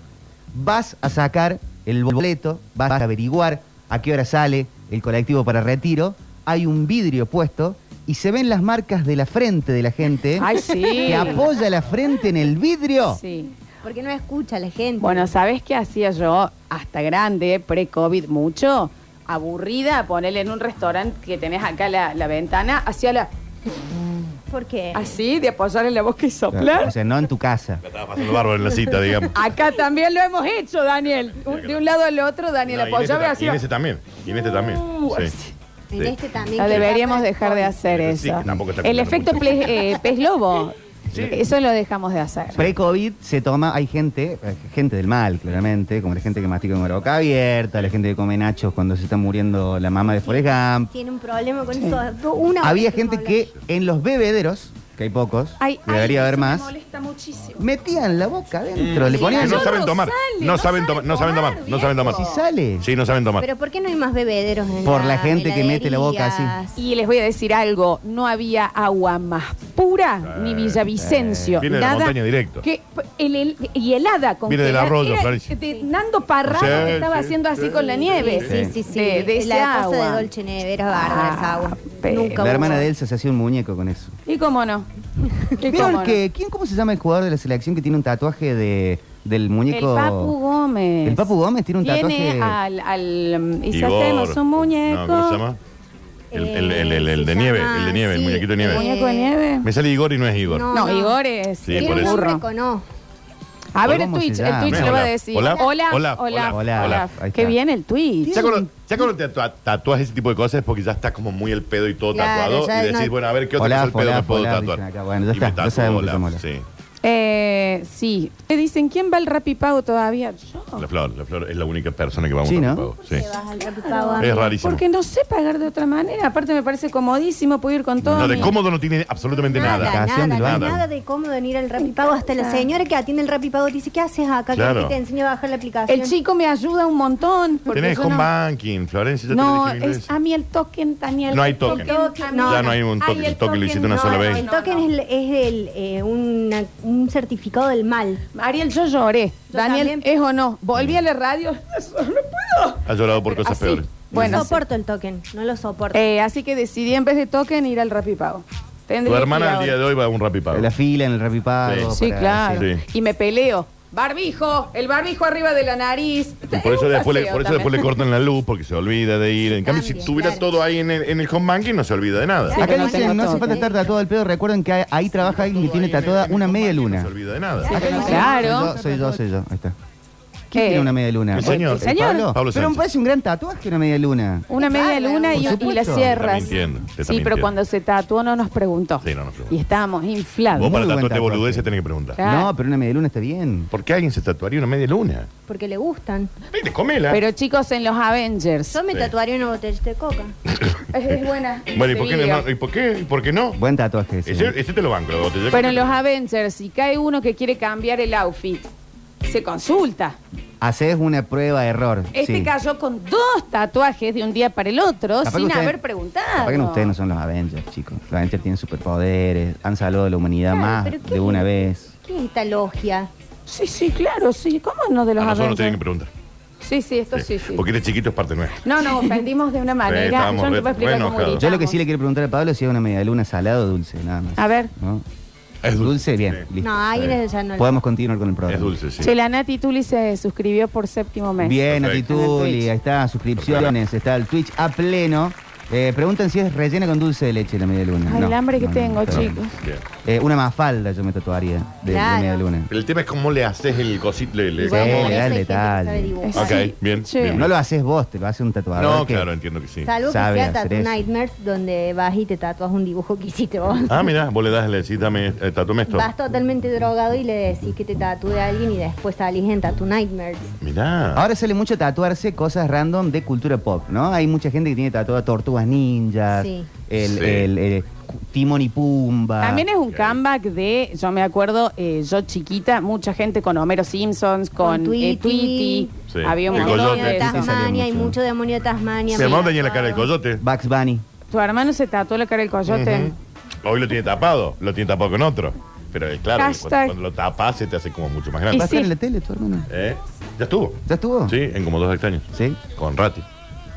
C: Vas a sacar el boleto, vas a averiguar a qué hora sale el colectivo para retiro. Hay un vidrio puesto y se ven las marcas de la frente de la gente
G: Ay, sí.
C: que apoya la frente en el vidrio.
G: Sí.
D: Porque no escucha a la gente.
G: Bueno, ¿sabes qué hacía yo hasta grande, pre-COVID mucho? Aburrida, ponerle en un restaurante que tenés acá la, la ventana, hacía la
D: ¿Por qué?
G: así, de apoyar en la boca y soplar.
C: O sea, no en tu casa.
E: La estaba pasando bárbaro en la cita, digamos.
G: Acá también lo hemos hecho, Daniel. Un- De un lado al otro, Daniel
E: No, y en este
G: apoyaba
E: ta-
G: así.
E: y en ese también. Y en este también.
G: Uh,
E: Sí.
G: así.
D: En
E: Sí.
D: este también.
G: La
D: que
G: deberíamos
D: tapa el
G: dejar de
D: COVID.
G: hacer
E: Pero
G: eso.
E: sí, tampoco está
G: el
E: cuidando
G: efecto
E: mucho.
G: pez, eh, pez lobo. eh,
E: Sí.
G: Eso lo dejamos de hacer.
C: Pre-COVID se toma, hay gente, eh, gente del mal, claramente, como la gente que mastica con la boca abierta, la gente que come nachos cuando se está muriendo la mamá de Forrest Gump.
D: Tiene un problema con eso. Una hora
C: Había
D: estuvimos
C: gente que en los bebederos, que hay pocos,
G: Ay,
C: debería
G: ay,
C: haber
G: eso
C: más,
G: Me molesta muchísimo.
C: metían la boca adentro, le
E: Que
C: ponían...
E: no
G: Yo
E: saben
G: no
E: tomar.
G: sale,
E: no saben
G: no saben
E: tomar. No saben tomar.
G: tomar,
E: No saben tomar.
C: y sale.
E: Sí, no saben tomar.
D: Pero ¿por qué no hay más bebederos en
C: Por
D: la,
C: la gente que mete la boca así.
D: heladerías?
G: Y les voy a decir algo, no había agua más pura ni Villavicencio.
E: Eh, Viene de la
G: nada
E: montaña directo.
G: Que, el, el- y helada con
E: Viene
G: que
E: del
G: era-
E: arroyo,
G: era
E: Florencia.
G: de Nando Parrado
E: Sí,
G: que estaba
E: sí,
G: haciendo así
E: sí,
G: con la nieve.
D: Sí, sí, sí.
G: De, de ese
D: la cosa
G: agua.
D: de Dolce Nevera es bárbara esa agua.
G: Ah, pero-
D: Nunca
C: La
D: hubo.
C: hermana de Elsa se hacía un muñeco con eso.
G: Y cómo no. Y
C: ¿Vieron
G: cómo no.
C: que, ¿quién, ¿Cómo se llama el jugador de la selección que tiene un tatuaje de, del muñeco?
G: El Papu Gómez.
C: El Papu Gómez tiene un tatuaje-
G: al, al- um, y si
E: Igor.
G: hacemos un muñeco.
E: No, ¿Cómo se llama? El, el- el- el- el
D: Eh,
E: de
D: se
E: nieve.
D: llama-
E: El de nieve. El
D: sí,
E: muñequito de nieve.
D: eh,
G: Muñeco de nieve.
E: Me sale Igor y no es Igor.
D: No.
G: No, Igor es.
E: Sí,
D: Tiene
E: por
D: un
E: eso.
D: nombre
G: burro.
D: con O.
G: A ver el
C: ¿Cómo se
G: Twitch, el
C: llama?
G: Twitch
E: No,
G: lo va a
E: Olaf.
G: decir.
E: Olaf,
G: hola, hola,
E: Olaf,
G: hola.
C: Olaf. Ahí
G: Qué
C: está.
G: bien el Twitch.
E: Ya cuando, ya cuando te tatua- tatuas ese tipo de cosas es porque ya estás como muy el pedo y todo
D: Claro,
E: tatuado.
D: ya
E: Y decís,
D: no-
E: bueno, a ver qué otra
C: Olaf,
E: cosa el pedo
C: Olaf,
E: me puedo
C: Olaf,
E: tatuar.
C: dicen acá. Bueno,
E: Y me
C: ya está, ya
E: tatúo
C: sabemos que
E: Olaf,
C: somos Olaf.
E: Sí.
G: Eh, sí. Te dicen, ¿quién va al rapipago todavía? Yo.
E: La flor, la flor es la única persona que va a un
C: Sí, ¿no?
E: rapipago, Sí.
D: Te vas al Rapipago, amigo.
E: Es rarísimo.
G: Porque no sé pagar de otra manera. Aparte me parece comodísimo, puedo ir con todo.
E: No, de
G: mi-
E: cómodo no tiene absolutamente nada.
D: Nada, nada,
C: Canción del
D: nada,
E: banco.
D: nada de cómodo en ir al Rapipago. Hasta la señora que atiende el Rapipago te dice, ¿qué haces acá?
E: Claro.
D: ¿Qué te enseño a bajar la aplicación?
G: El chico me ayuda un montón. porque
E: Tenés
G: yo
E: home
G: no-
E: banking, Florencia, ya te
G: No,
E: lo dije mil
G: es
E: veces.
G: a mí el token, Daniel.
E: No hay
G: el
E: token.
G: a mí-
D: No,
E: Ya no hay un token,
G: Ay,
E: el token lo hiciste una
G: no,
E: sola
G: no,
E: vez.
D: El token
G: no.
D: es, el- es el, eh, una- un certificado del mal.
G: Ariel, yo lloré.
D: Yo
G: Daniel,
D: también.
G: ¿es o no? Volví a la radio. No puedo.
E: Has llorado por cosas
G: Así.
E: peores.
G: Bueno,
D: no
G: sí.
D: soporto el token, no lo soporto.
G: Eh, así que decidí en vez de token ir al rapipago.
E: Tu
G: Tendría que ir
E: hermana al
G: ahora.
E: día de hoy va a un rapipago.
C: La fila en el rapipago.
G: Sí,
C: para-
G: claro.
E: sí.
G: Y me peleo. Barbijo, el barbijo arriba de la nariz.
E: Y por
G: Es
E: eso,
G: un
E: después le,
G: paseo
E: por eso
G: también.
E: después le cortan la luz porque se olvida de ir. En cambio, si
D: también,
E: tuviera
D: claro.
E: todo ahí en el, en el home banking, no se olvida de nada.
D: Sí,
C: Acá
G: Pero no
C: dicen,
G: tengo
C: no hace
G: toque.
C: falta estar tatuado el pedo. Recuerden que hay- ahí trabaja alguien que tiene
E: Todo ahí en el-
C: tatuada
E: en el
C: una
E: home
C: media
E: banking No
C: luna.
E: se olvida de nada.
C: Acá dicen,
G: Claro.
C: Soy yo, soy yo, soy yo. Ahí está. ¿Quién
G: Eh,
C: tiene una media luna?
E: el señor.
C: ¿El señor?
E: Pablo. Pablo
C: Pero me
E: Sánchez.
C: parece un gran tatuaje una media luna.
G: Una media luna y,
C: Por
G: y la
C: supuesto.
G: cierras.
E: Está mintiendo, te está
G: sí, pero
E: mintiendo.
G: cuando se tatuó no nos preguntó.
E: Sí, no nos preguntó.
G: Y estábamos inflados.
E: Vos
C: Muy
E: para
C: buen
E: tatuarte
C: tatuaje.
E: boludez se tenés que preguntar.
G: Claro.
C: No, pero una media luna está bien.
E: ¿Por qué alguien se tatuaría una media luna?
D: Porque le gustan.
E: Vete, comela.
G: Pero chicos, en los Avengers.
D: Yo me
E: Sí.
D: tatuaría una botella de coca.
G: Es, es buena.
E: bueno, ¿y por, qué
G: Te digo.
E: no, ¿y por qué? ¿Y por qué no?
C: Buen tatuaje ese.
E: Ese, ese te lo banco. la botella.
G: Pero en los Avengers, si cae uno que quiere cambiar el outfit, se consulta.
C: Haces una prueba de error.
G: Este
C: sí.
G: cayó con dos tatuajes de un día para el otro
C: Capaz que
G: sin
C: ustedes-
G: haber preguntado.
C: Capaz que no, ustedes no son los Avengers, chicos. Los Avengers tienen superpoderes, han salvado a la humanidad
D: Claro,
C: más
D: pero ¿qué-
C: de una vez.
D: ¿Qué es esta logia?
G: Sí, sí, claro, sí. ¿Cómo no de
E: a
G: los
C: Ah,
E: nosotros nos tienen que
G: Avengers?
E: preguntar.
G: sí, sí, esto sí,
E: Sí,
G: sí.
E: Porque este chiquito es parte nuestra.
G: No, nos ofendimos de una manera.
E: estábamos
G: Yo no te
E: re-
G: puedo explicar
E: re
G: cómo
E: enojados.
C: Yo lo que sí
G: gritamos.
C: le quiero preguntar a Pablo es si es una media luna salada o dulce, nada más.
G: A ver.
C: ¿No?
E: Es
C: ¿Dulce? Bien,
E: Sí.
C: listo.
D: No, ahí
E: Sí.
D: ya no.
C: Podemos continuar con el programa.
E: Es dulce, sí.
G: Che, la Nati Tuli se suscribió por séptimo mes.
C: Bien,
E: Perfecto.
C: actitud,
G: En el
C: y
G: Twitch.
C: ahí está, suscripciones, está el Twitch a pleno. Eh, preguntan si es rellena con dulce de leche la media luna.
G: Ay, el
C: No,
G: hambre que
C: no, no,
G: tengo,
C: está bien.
G: chicos.
E: Bien.
C: Eh, una mafalda yo me tatuaría de, de
D: Claro.
C: media luna.
E: Pero el tema es cómo le haces el cosito. Le, le-
C: Sí, le da el
D: esa gente que sabe
C: detalle.
D: dibujar.
G: Es-
E: Ok, bien,
G: Che.
E: bien.
C: No lo haces vos, te lo hace un tatuador.
E: No,
C: que-
E: claro, entiendo que sí.
D: Salvo que
C: Sabe
D: sea
C: hacer
D: Tattoo
C: eso.
D: Nightmares, donde vas y te tatuas un dibujo que hiciste vos.
E: Ah, mira, vos le das, le decís, dame, eh, tatuame esto.
D: Vas totalmente drogado y le decís que te tatúe a alguien y después salís en Tattoo Nightmares.
E: Mirá.
C: Ahora sale mucho tatuarse cosas random de cultura pop, ¿no? Hay mucha gente que tiene tatuadas tortugas ninjas,
D: Sí.
C: el,
E: Sí.
C: el- el Timón y Pumba.
G: También es un
E: Ok.
G: comeback de, yo me acuerdo, eh, yo chiquita, mucha gente con Homero Simpsons, con,
D: Con
G: eh,
D: Tweety.
G: Tweety.
E: Sí.
G: Había un
E: El
G: montón
E: coyote.
D: demonio
G: de
D: de
G: eso.
C: Sí, salía
D: Tasmania, hay
C: mucho.
D: mucho demonio de Tasmania.
E: Mi hermano
D: mira,
E: tenía la cara de
D: todo.
E: coyote.
C: Bugs Bunny.
G: Tu hermano se tatuó la cara del coyote.
E: Ujú. Hoy lo tiene tapado, lo tiene tapado con otro. Pero eh, claro, cuando,
G: Hashtag.
E: cuando lo tapas se te hace como mucho más
C: ¿Va
E: grande.
C: a
G: sí.
C: estar en la tele tu hermano?
E: ¿Eh? ¿Ya estuvo?
C: ¿Ya estuvo?
E: Sí, en como dos hectáreas.
C: Sí.
E: Con Rati.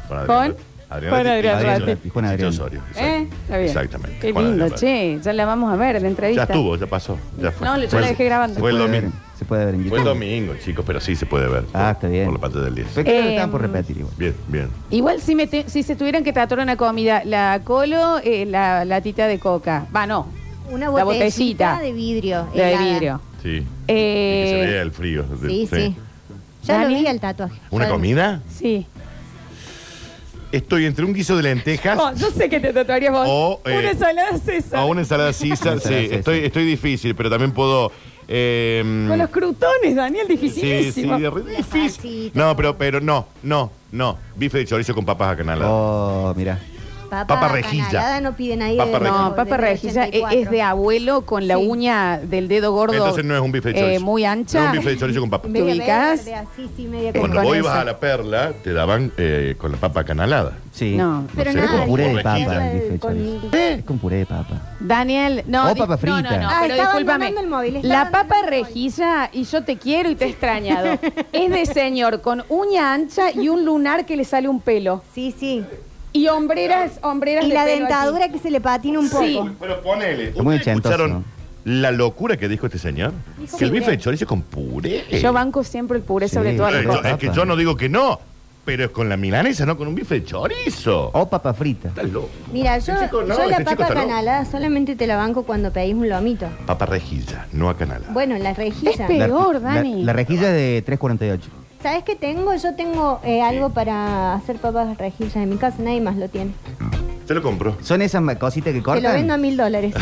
E: Con
G: ¿Con?
E: Adrián Rati.
G: Con Adrián
E: Adrián
G: Rati.
E: Rati.
C: Con Adrián.
E: Sí, Osorio, exacto.
G: ¿Eh? Está bien.
E: Exactamente.
G: Qué
E: Con
G: lindo,
E: Adrián Rati.
G: che. Ya la vamos a ver en la
E: Ya
G: entrevista.
E: estuvo, ya pasó. Ya fue.
G: No, yo
E: Fue
G: la
E: el-
G: dejé grabando.
E: Fue el
C: Puede ver-
E: domingo.
C: Se puede ver en
E: Fue el
C: YouTube.
E: domingo, chicos, pero sí se puede ver.
C: Ah, está bien.
E: Por la pantalla del 10.
C: Pero creo que
G: Eh,
C: estaban por repetir igual.
E: Bien, bien.
G: Igual si, me te- si se tuvieran que tatuar una comida, la colo, eh, la latita de coca. Va, no.
D: Una
G: La
D: botellita,
G: botellita.
D: de vidrio.
G: La de
D: helada.
G: vidrio.
E: Sí.
G: Eh,
E: Y que se veía el frío.
D: Sí, sí. Ya
G: Dani.
D: lo vi el tatuaje.
E: ¿Una
D: Ya lo-
E: comida?
G: Sí.
E: Estoy entre un guiso de lentejas
G: Oh, yo sé que te tatuarías vos.
E: O, eh,
G: una ensalada César.
E: o una ensalada César.
C: Una ensalada
E: sí,
C: César.
E: estoy, estoy difícil, pero también puedo. eh,
G: Con los crutones, Daniel,
E: sí, sí,
G: dificilísimo.
E: de re- difícil.
D: salsita.
E: No, pero, pero no, no, no. Bife de chorizo con papas acanaladas.
C: Oh, mira.
D: Papa,
E: Papa rejilla.
D: canalada no pide nadie.
E: Papa
D: de-
E: rejilla.
G: No, papa
D: del
G: rejilla e-
D: 84.
G: es de abuelo con la
D: Sí.
G: uña del dedo gordo.
E: Entonces no es un bife de
G: eh,
E: chorizo.
G: muy ancha.
E: No es un bife de chorizo con papas.
G: ¿Te ubicas?
D: verde, así, sí, media
G: Con-
E: Cuando
D: con-
E: vos
G: esa.
E: ibas a la perla, te daban eh, con la papa acanalada.
C: Sí.
G: No.
D: Pero
E: sé,
D: nada,
E: con puré de
D: con-
E: papa,
C: el bife de
D: con-
C: chorizo. Es con puré de papa.
G: Daniel, no.
C: O
G: di-
C: Oh, papa frita.
G: No, no, no,
D: Ah,
G: pero
D: está
G: discúlpame.
D: abandonando el móvil, está
G: La
D: abandonando
G: papa
D: el móvil.
G: rejilla, y yo te quiero y te he extrañado, es de señor con uña ancha y un lunar que le sale un pelo.
D: Sí, sí.
G: Y hombreras, hombreras
D: Y
G: de
D: la
G: pelo
D: dentadura
G: aquí.
D: que se le patina un poco.
G: Sí.
E: Pero ponele. ¿Ustedes
C: muy ochentoso,
E: escucharon
C: ¿no?
E: la locura que dijo este señor?
D: Dijo
E: que el bife
D: puré.
E: de chorizo con puré.
G: Yo banco siempre el puré
C: Sí.
G: sobre todas
E: Eh,
G: las
E: yo-
G: cosas.
E: es que yo no digo que no, pero es con la milanesa, no con un bife de chorizo.
C: O papa frita.
E: Estás loco.
D: Mira,
E: Este
D: yo,
E: chico no,
D: yo la
E: este chico
D: papa
E: está loco.
D: canalada solamente te la banco cuando pedís un lomito.
E: Papa rejilla, no a canalada.
D: Bueno, la
G: Es
D: rejilla.
G: pe- Peor,
C: la,
G: Dani.
C: La, la rejilla es de 348.
D: ¿Sabes qué tengo? Yo tengo eh, algo para hacer papas rejillas en mi casa. Nadie más lo tiene.
E: Te lo compro.
C: Son esas ma- cositas que
D: Te lo vendo a
C: cortan.
D: mil dólares.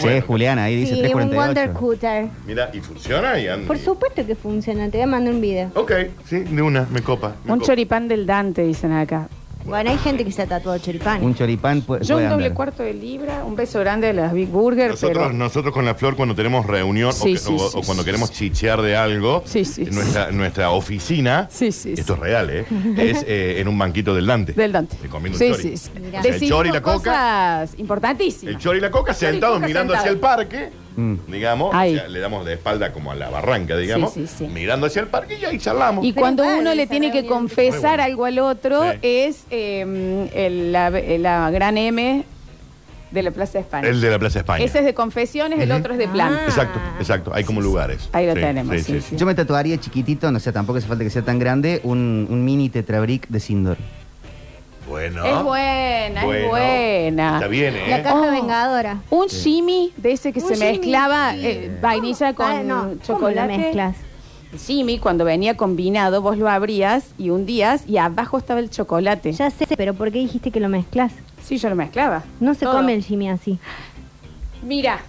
C: Sí, Juliana, ahí dice
D: Sí, un
C: 348.
D: Wonder Cutter.
E: Mira, y funciona y anda.
D: Por supuesto que funciona. Te voy a mandar un video.
E: Ok, sí, de una, me copa. me
G: Un
E: copa.
G: choripán del Dante, dicen acá.
D: Bueno, hay gente que se ha tatuado choripán.
C: Un choripán. pu-
G: Yo
C: puede
G: un doble
C: andar.
G: cuarto de libra, un beso grande de las Big Burger,
E: Nosotros,
G: pero...
E: nosotros con la flor cuando tenemos reunión
G: Sí,
E: o, que-
G: sí,
E: o-
G: sí,
E: o cuando
G: sí,
E: queremos chichear de algo,
G: Sí, sí,
E: en nuestra, nuestra oficina,
G: Sí, sí,
E: esto es
G: sí.
E: real, ¿eh? es eh, en un banquito del Dante.
G: Del Dante.
E: Te comiendo
G: Sí,
E: un chori.
G: sí, sí.
E: O sea, el
G: Decidimos
E: chori y la coca.
G: cosas importantísimas.
E: El chori y la coca
G: Chori y
E: sentados
G: coca
E: mirando hacia el
G: sentados.
E: parque,
C: Mm.
E: digamos,
G: Ahí.
E: o sea, le damos la espalda como a la barranca, digamos,
G: Sí, sí, sí.
E: mirando hacia el parque y ahí charlamos.
G: Y
D: Pero
G: cuando
D: bueno,
G: uno le
D: esa
G: tiene que
D: reunión.
G: confesar algo al otro
E: Sí.
G: es eh, el- la, la gran M de la Plaza de España.
E: El de la Plaza España.
G: Ese es de confesiones, el otro es de plan.
D: Ah.
E: Exacto, exacto. Hay como lugares.
G: Ahí lo tenemos, sí, sí.
C: Yo me tatuaría chiquitito, no sé, tampoco hace falta que sea tan grande, un, un mini tetrabric de Sindor.
E: Bueno.
G: Es buena, es buena.
E: Ah. Está bien, ¿eh?
D: La caja
G: Oh.
D: vengadora.
G: Un shimmy de ese que
D: Un
G: se
D: shimmy,
G: mezclaba
D: sí.
G: eh, vainilla con
D: Ah, no, ¿cómo lo
G: chocolate.
D: mezclas?
G: Jimmy, cuando venía combinado, vos lo abrías y hundías y abajo estaba el chocolate.
D: Ya sé, pero ¿por qué dijiste que lo mezclas?
G: Sí, yo lo mezclaba.
D: No se
G: Todo.
D: come el Jimmy así.
G: Mira,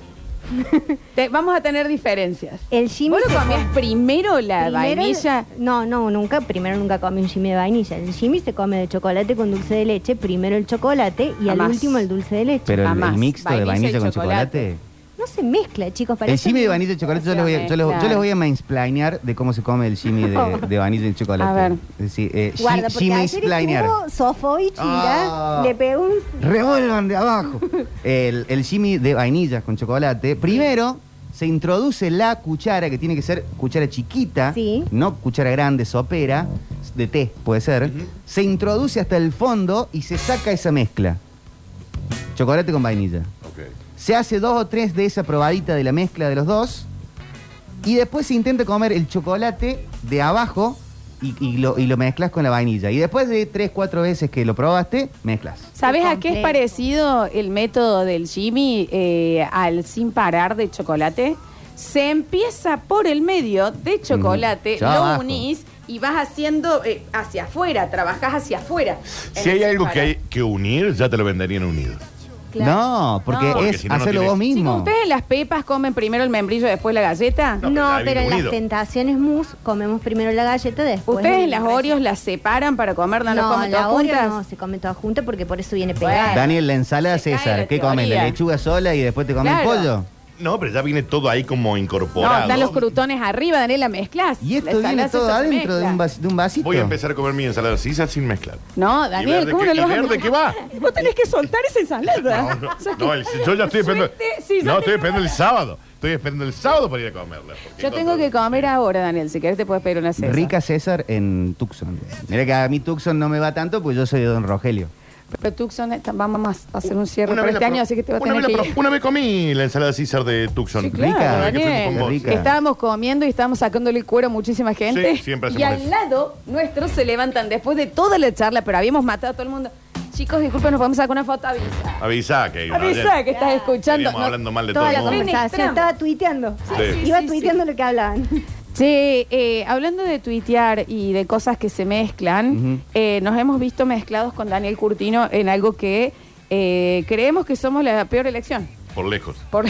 G: te- vamos a tener diferencias.
D: El Jimmy
G: ¿Vos
D: se
G: lo comías
D: come-
G: primero la
D: Eh, Primero-
G: vainilla?
D: No, no, nunca. Primero nunca come un Jimmy de vainilla. El Jimmy se come de chocolate con dulce de leche. Primero el chocolate y
G: Jamás.
D: al último el dulce de leche.
C: Pero el- el,
G: Jamás.
C: mixto de
G: Vainilla y
C: vainilla con chocolate.
G: chocolate.
D: No se mezcla, chicos.
C: El
D: parece-
C: Jimmy de vainilla y chocolate, yo les voy a, yo les- yo les voy a mansplainear de cómo se come el Jimmy de, de vainilla y chocolate.
G: A ver.
C: Es decir, eh,
D: Guarda,
C: shi-
D: porque
C: Jimmy
D: ayer
C: splainear.
D: estuvo Sofovich,
C: Ah.
D: mirá, le pegó un...
C: Revuelvan de abajo. El, el Jimmy de vainilla con chocolate. Primero se introduce la cuchara, que tiene que ser cuchara chiquita,
D: Sí.
C: no cuchara grande, sopera, de té puede ser. Se introduce hasta el fondo y se saca esa mezcla. Chocolate con vainilla. Se hace dos o tres de esa probadita de la mezcla de los dos. Y después se intenta comer el chocolate de abajo y, y lo, y lo mezclas con la vainilla. Y después de tres, cuatro veces que lo probaste, mezclas.
G: ¿Sabes
D: Qué
G: a qué es
D: complejo.
G: parecido el método del Jimmy eh, al sin parar de chocolate? Se empieza por el medio de
E: Mm,
G: chocolate,
C: Ya
G: lo
C: abajo.
G: unís y vas haciendo eh, hacia afuera, trabajás hacia afuera. en
E: Si
G: el
E: hay
G: sin
E: algo que,
G: parar.
E: hay que unir, ya te lo venderían unido.
C: No, porque
G: No.
E: Porque
C: es
E: si no, no
C: hacerlo
E: tiene-
C: vos mismo.
G: Chicos, ¿ustedes en las pepas comen primero el membrillo, después la galleta?
E: No,
D: No,
E: pero ya
D: pero en
E: viene
D: las
E: unido.
D: tentaciones mousse comemos primero la galleta, después...
G: ¿Ustedes
D: el-
G: las Oreos las separan para comer? ¿No, las
D: No,
G: comen todas
D: la Oreo
G: juntas?
D: no, se come toda junta porque por eso viene
G: Bueno.
D: pegada.
C: Daniel, la ensalada
G: Se cae
C: César,
G: la
C: ¿qué comen? ¿La
G: teoría.
C: lechuga sola y después te comen
G: Claro.
C: pollo?
E: No, pero ya viene todo ahí como
G: No,
E: incorporado.
G: están los crutones arriba, Daniela, mezclas.
C: Y
G: La
C: esto
G: ensalada
C: viene
G: se
C: todo
G: hace
C: adentro de
G: mezcla.
C: un, vas- de un vasito.
E: Voy a empezar a comer mi ensalada sisa sin mezclar.
G: No,
E: ¿Y
G: Daniel,
E: verde
G: ¿cómo
E: qué-
G: no lo
E: y
G: vas a
E: verde qué va?
G: Vos tenés que soltar esa
E: No,
G: ensalada.
E: no,
G: O sea que-
E: no, el- yo ya estoy esperando.
G: Suerte, sí, ya
E: no,
G: te-
E: estoy esperando el sábado. Estoy esperando el sábado para ir a comerla. porque
G: Yo tengo que comer ahora, Daniel. Si querés te puedes pedir una cena.
C: Rica César en Tucson. Mira que a mí Tucson no me va tanto porque yo soy de Don Rogelio.
G: Pero Tucson, está- vamos a hacer un cierre
E: Una
G: para
E: vez
G: este
E: la pro-
G: año, así que te va a
E: una
G: tener
E: vez
G: que
E: la
G: ir.
E: pro- Una vez comí la ensalada César de Tucson.
G: Sí, claro,
C: Rica.
E: La que fuimos
G: Daniel.
E: con vos.
C: Rica.
G: Estábamos comiendo y estábamos sacando el cuero a muchísima gente.
E: Sí, siempre
G: y
E: hacemos
G: al
E: eso.
G: lado nuestro se levantan después de toda la charla, pero habíamos matado a todo el mundo. Chicos, disculpen, nos podemos sacar una foto. Avisa.
E: Avisa que hay una
G: Avisa
E: ayer.
G: que estás escuchando.
E: Seguimos hablando mal de todo
D: Toda
E: el
D: la
E: mundo.
D: conversación, estaba tuiteando.
E: Sí.
D: Iba
G: sí,
D: tuiteando lo que hablaban.
G: Sí, eh, hablando de tuitear y de cosas que se mezclan,
C: Ujú.
G: eh, nos hemos visto mezclados con Daniel Curtino en algo que eh, creemos que somos la peor elección.
E: Por lejos.
G: Por,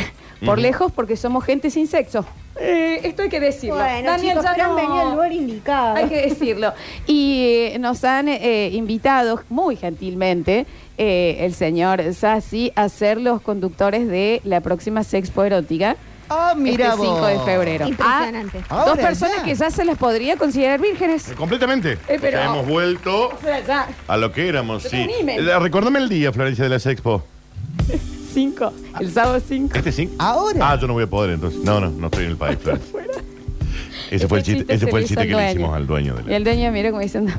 G: por
E: Ujú.
G: lejos, porque somos gente sin sexo. Eh, esto hay que decirlo.
D: Bueno,
G: Daniel,
D: chicos,
G: ya
D: pero
G: no.
D: han venido al lugar indicado.
G: Hay que decirlo. Y eh, nos han eh, invitado muy gentilmente eh, el señor Sassi a ser los conductores de la próxima Sexpo Erótica.
C: Ah, mira
G: este 5 de
C: vos.
G: febrero.
D: Impresionante.
G: A dos
C: Ahora
G: personas
C: ya.
G: que ya se las podría considerar vírgenes.
E: Completamente.
G: Eh, pero-
E: O sea, hemos vuelto
G: O sea, ya,
E: a lo que éramos,
G: Pero
E: sí.
G: animen.
E: Eh, Recordame el día, Florencia, de las Expo.
G: 5. El sábado 5.
E: ¿Este sí?
C: Ahora.
E: Ah, yo no voy a poder entonces. No, no, no estoy en el país, Florencia. Ese
G: Este
E: fue el chiste, ese fue el chiste que le hicimos al dueño de
G: Y
E: la.
G: el dueño mira como diciendo.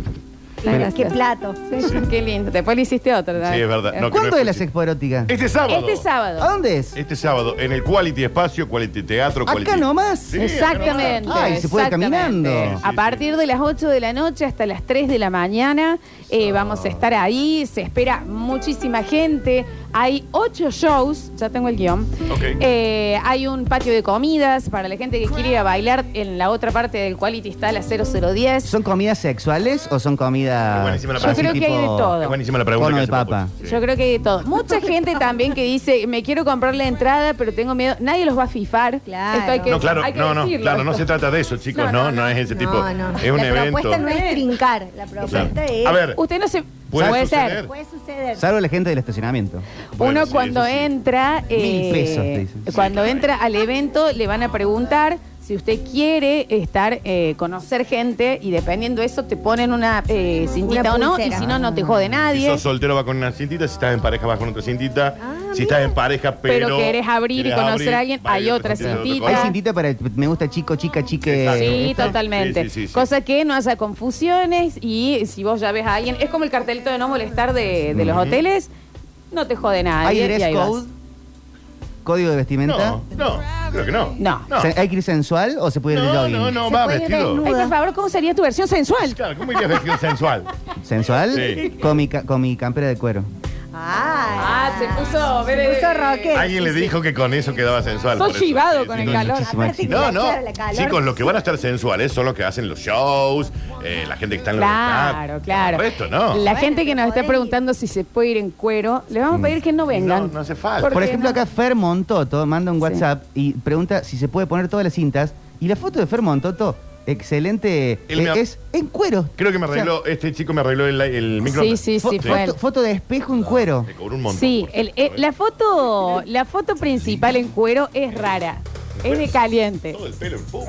G: "Las gracias".
D: Qué plato.
G: Sí, Qué lindo. Después le hiciste otro, ¿verdad?
E: Sí, es verdad. No, que
C: ¿Cuándo
E: no
C: es
E: fue
C: la
E: el
C: sexpo erótica?
E: chiste. Este sábado.
G: Este
C: ¿A
G: sábado.
C: dónde es?
E: Este sábado, en el Quality Espacio, Quality Teatro, Quality.
C: Acá nomás.
E: Sí,
G: Exactamente.
C: acá nomás. Ay, se puede
G: exactamente.
C: caminando.
G: A partir de las 8 de la noche hasta las 3 de la mañana
E: Ah.
G: eh, vamos a estar ahí. Se espera muchísima gente. Hay 8 shows. Ya tengo el guión.
E: Ok.
G: Eh, hay un patio de comidas para la gente que quiere ir a bailar. En la otra parte del Quality está la 0010.
C: ¿Son comidas sexuales o son comidas...
E: Es buenísima la
C: así
E: pregunta. Yo
G: creo que hay de
C: tipo
G: todo.
E: Es buenísima la pregunta.
C: Cono
E: que
C: de
E: hacemos,
C: papa.
E: Pochi. Sí.
G: Yo creo que hay de todo. Mucha gente también que dice, me quiero comprar la entrada, pero tengo miedo. Nadie los va a fifar.
D: Claro.
G: Esto hay que,
E: No, claro,
G: hay que
E: no, no,
G: decirlo,
E: claro, no
G: esto.
E: se trata de eso, chicos,
G: No,
E: no,
G: no,
E: no,
G: no.
E: es ese tipo.
D: No, no.
E: Es un
D: la
E: evento.
D: propuesta no es trincar, la propuesta
E: Claro.
D: es...
E: A ver,
G: Usted no se...
E: puede,
G: puede
E: suceder.
G: ser.
D: Puede suceder.
C: Salvo la gente del estacionamiento.
E: Bueno,
G: Uno
E: sí,
G: cuando
E: eso sí.
G: entra, eh,
C: pesos, te dicen.
G: cuando entra al evento le van a preguntar si usted quiere estar, eh, conocer gente y dependiendo de eso te ponen una eh, cintita
D: Una
G: o no y
D: pulsera.
G: si no, no te jode
E: Ah. Si
G: nadie. Ah,
E: sos soltero va con una cintita, si estás en pareja vas con otra cintita. si estás en pareja, pero.
G: Pero querés abrir y
E: querés
G: conocer
E: abrir,
G: a alguien,
E: va
G: hay otra
E: de otro
G: cintita.
C: Hay
E: color.
C: cintita para... el- Me gusta chico, chica, chique...
E: Exacto.
G: Sí,
E: Esto.
G: totalmente.
E: Sí, sí, sí, sí.
G: Cosa que no haya confusiones y si vos ya ves a alguien, es como el cartelito de no molestar de, de los hoteles, no te jode nadie.
C: ¿Hay
G: y
C: dress
G: ahí vas.
C: code? ¿Código de vestimenta?
E: No, no, creo que no.
G: No.
E: No,
C: ¿Se- ¿Hay que ir sensual o se puede ir de
E: no,
C: jogging?
E: no, no,
D: Se
E: va
D: puede
E: vestido.
D: desnudo.
G: Ay, por favor, ¿cómo sería tu versión sensual?
E: Claro, ¿cómo irías vestido sensual?
C: ¿Sensual?
E: Sí.
C: Con mi, ca- con mi campera de cuero.
D: Ah,
G: Ah, se puso.
D: se puso rockero.
E: Alguien le dijo que con eso quedaba sensual.
G: Sos
E: por eso.
G: chivado
E: Sí,
G: con
E: sí,
G: el
E: no,
G: calor.
D: Aparte
E: No,
D: que
E: no.
D: claro, la calor-
E: Chicos, los que van a estar sensuales son los que hacen los shows, eh, la gente que está en los
G: Claro,
E: escap-
G: claro.
E: El resto no.
G: La
D: Bueno,
G: gente que nos
D: pero
G: está
D: podés
G: preguntando si se puede ir en cuero, le vamos a pedir que no vengan.
E: Mm. No, no hace falta.
G: ¿Por
C: Por
G: qué
C: ejemplo,
G: no?
C: acá Fer Montoto manda un
G: Sí.
C: WhatsApp y pregunta si se puede poner todas las cintas. Y la foto de Fer Montoto, excelente,
E: Él
C: eh,
E: me ha-
C: es en cuero.
E: Creo que me
C: O sea,
E: arregló, este chico me arregló el, el micro.
G: Sí, sí,
C: fo-
G: sí,
C: foto,
G: fue él.
C: foto de espejo en cuero.
E: Me cobró un montón.
G: Sí,
E: por
G: el-
E: cierto,
G: eh,
E: ¿eh?
G: la foto, la foto principal en cuero es rara, es de caliente.
E: ¿eh? Todo el pelo en pum.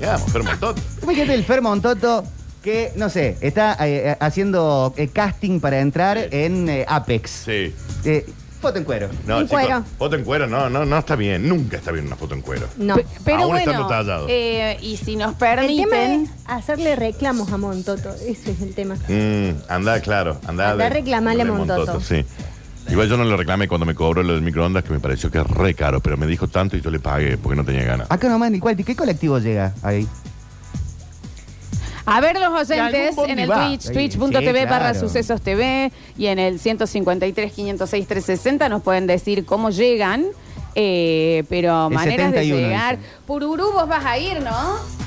E: Ya, Fer Montot.
C: Fíjate el Fer Montoto que, no sé, está eh, haciendo eh, casting para entrar
E: Sí.
C: en eh, Apex.
E: Sí.
C: Eh, foto en cuero.
E: No,
D: En
E: chicos,
D: cuero.
E: Foto en cuero, no, no, no está bien. Nunca está bien una foto en cuero.
D: No.
G: Pe- Pero
E: Aún estando
G: bueno,
E: tallado.
G: eh, y si nos
D: El tema es
G: permiten,
D: hacerle reclamos a Montoto. Ese es el tema.
E: Mm, anda, claro. Anda,
D: Andá
E: de-
D: reclamale
E: de
D: a Montoto.
E: Sí. Igual yo no le reclamé cuando me cobró lo del microondas, que me pareció que es re caro, pero me dijo tanto y yo le pagué porque no tenía ganas.
C: Acá nomás, Nicolti, ¿qué colectivo llega ahí?
G: a ver los
E: Y algún
G: oyentes
E: bondi
G: en el
E: va.
G: Twitch,
C: Sí, sí,
G: twitch.tv
C: claro.
G: barra sucesos TV y en el 153, 506, 360 nos pueden decir cómo llegan, eh, pero
C: El
G: maneras
C: 71
G: de llegar.
C: dicen.
G: Pururú vos vas a ir, ¿no?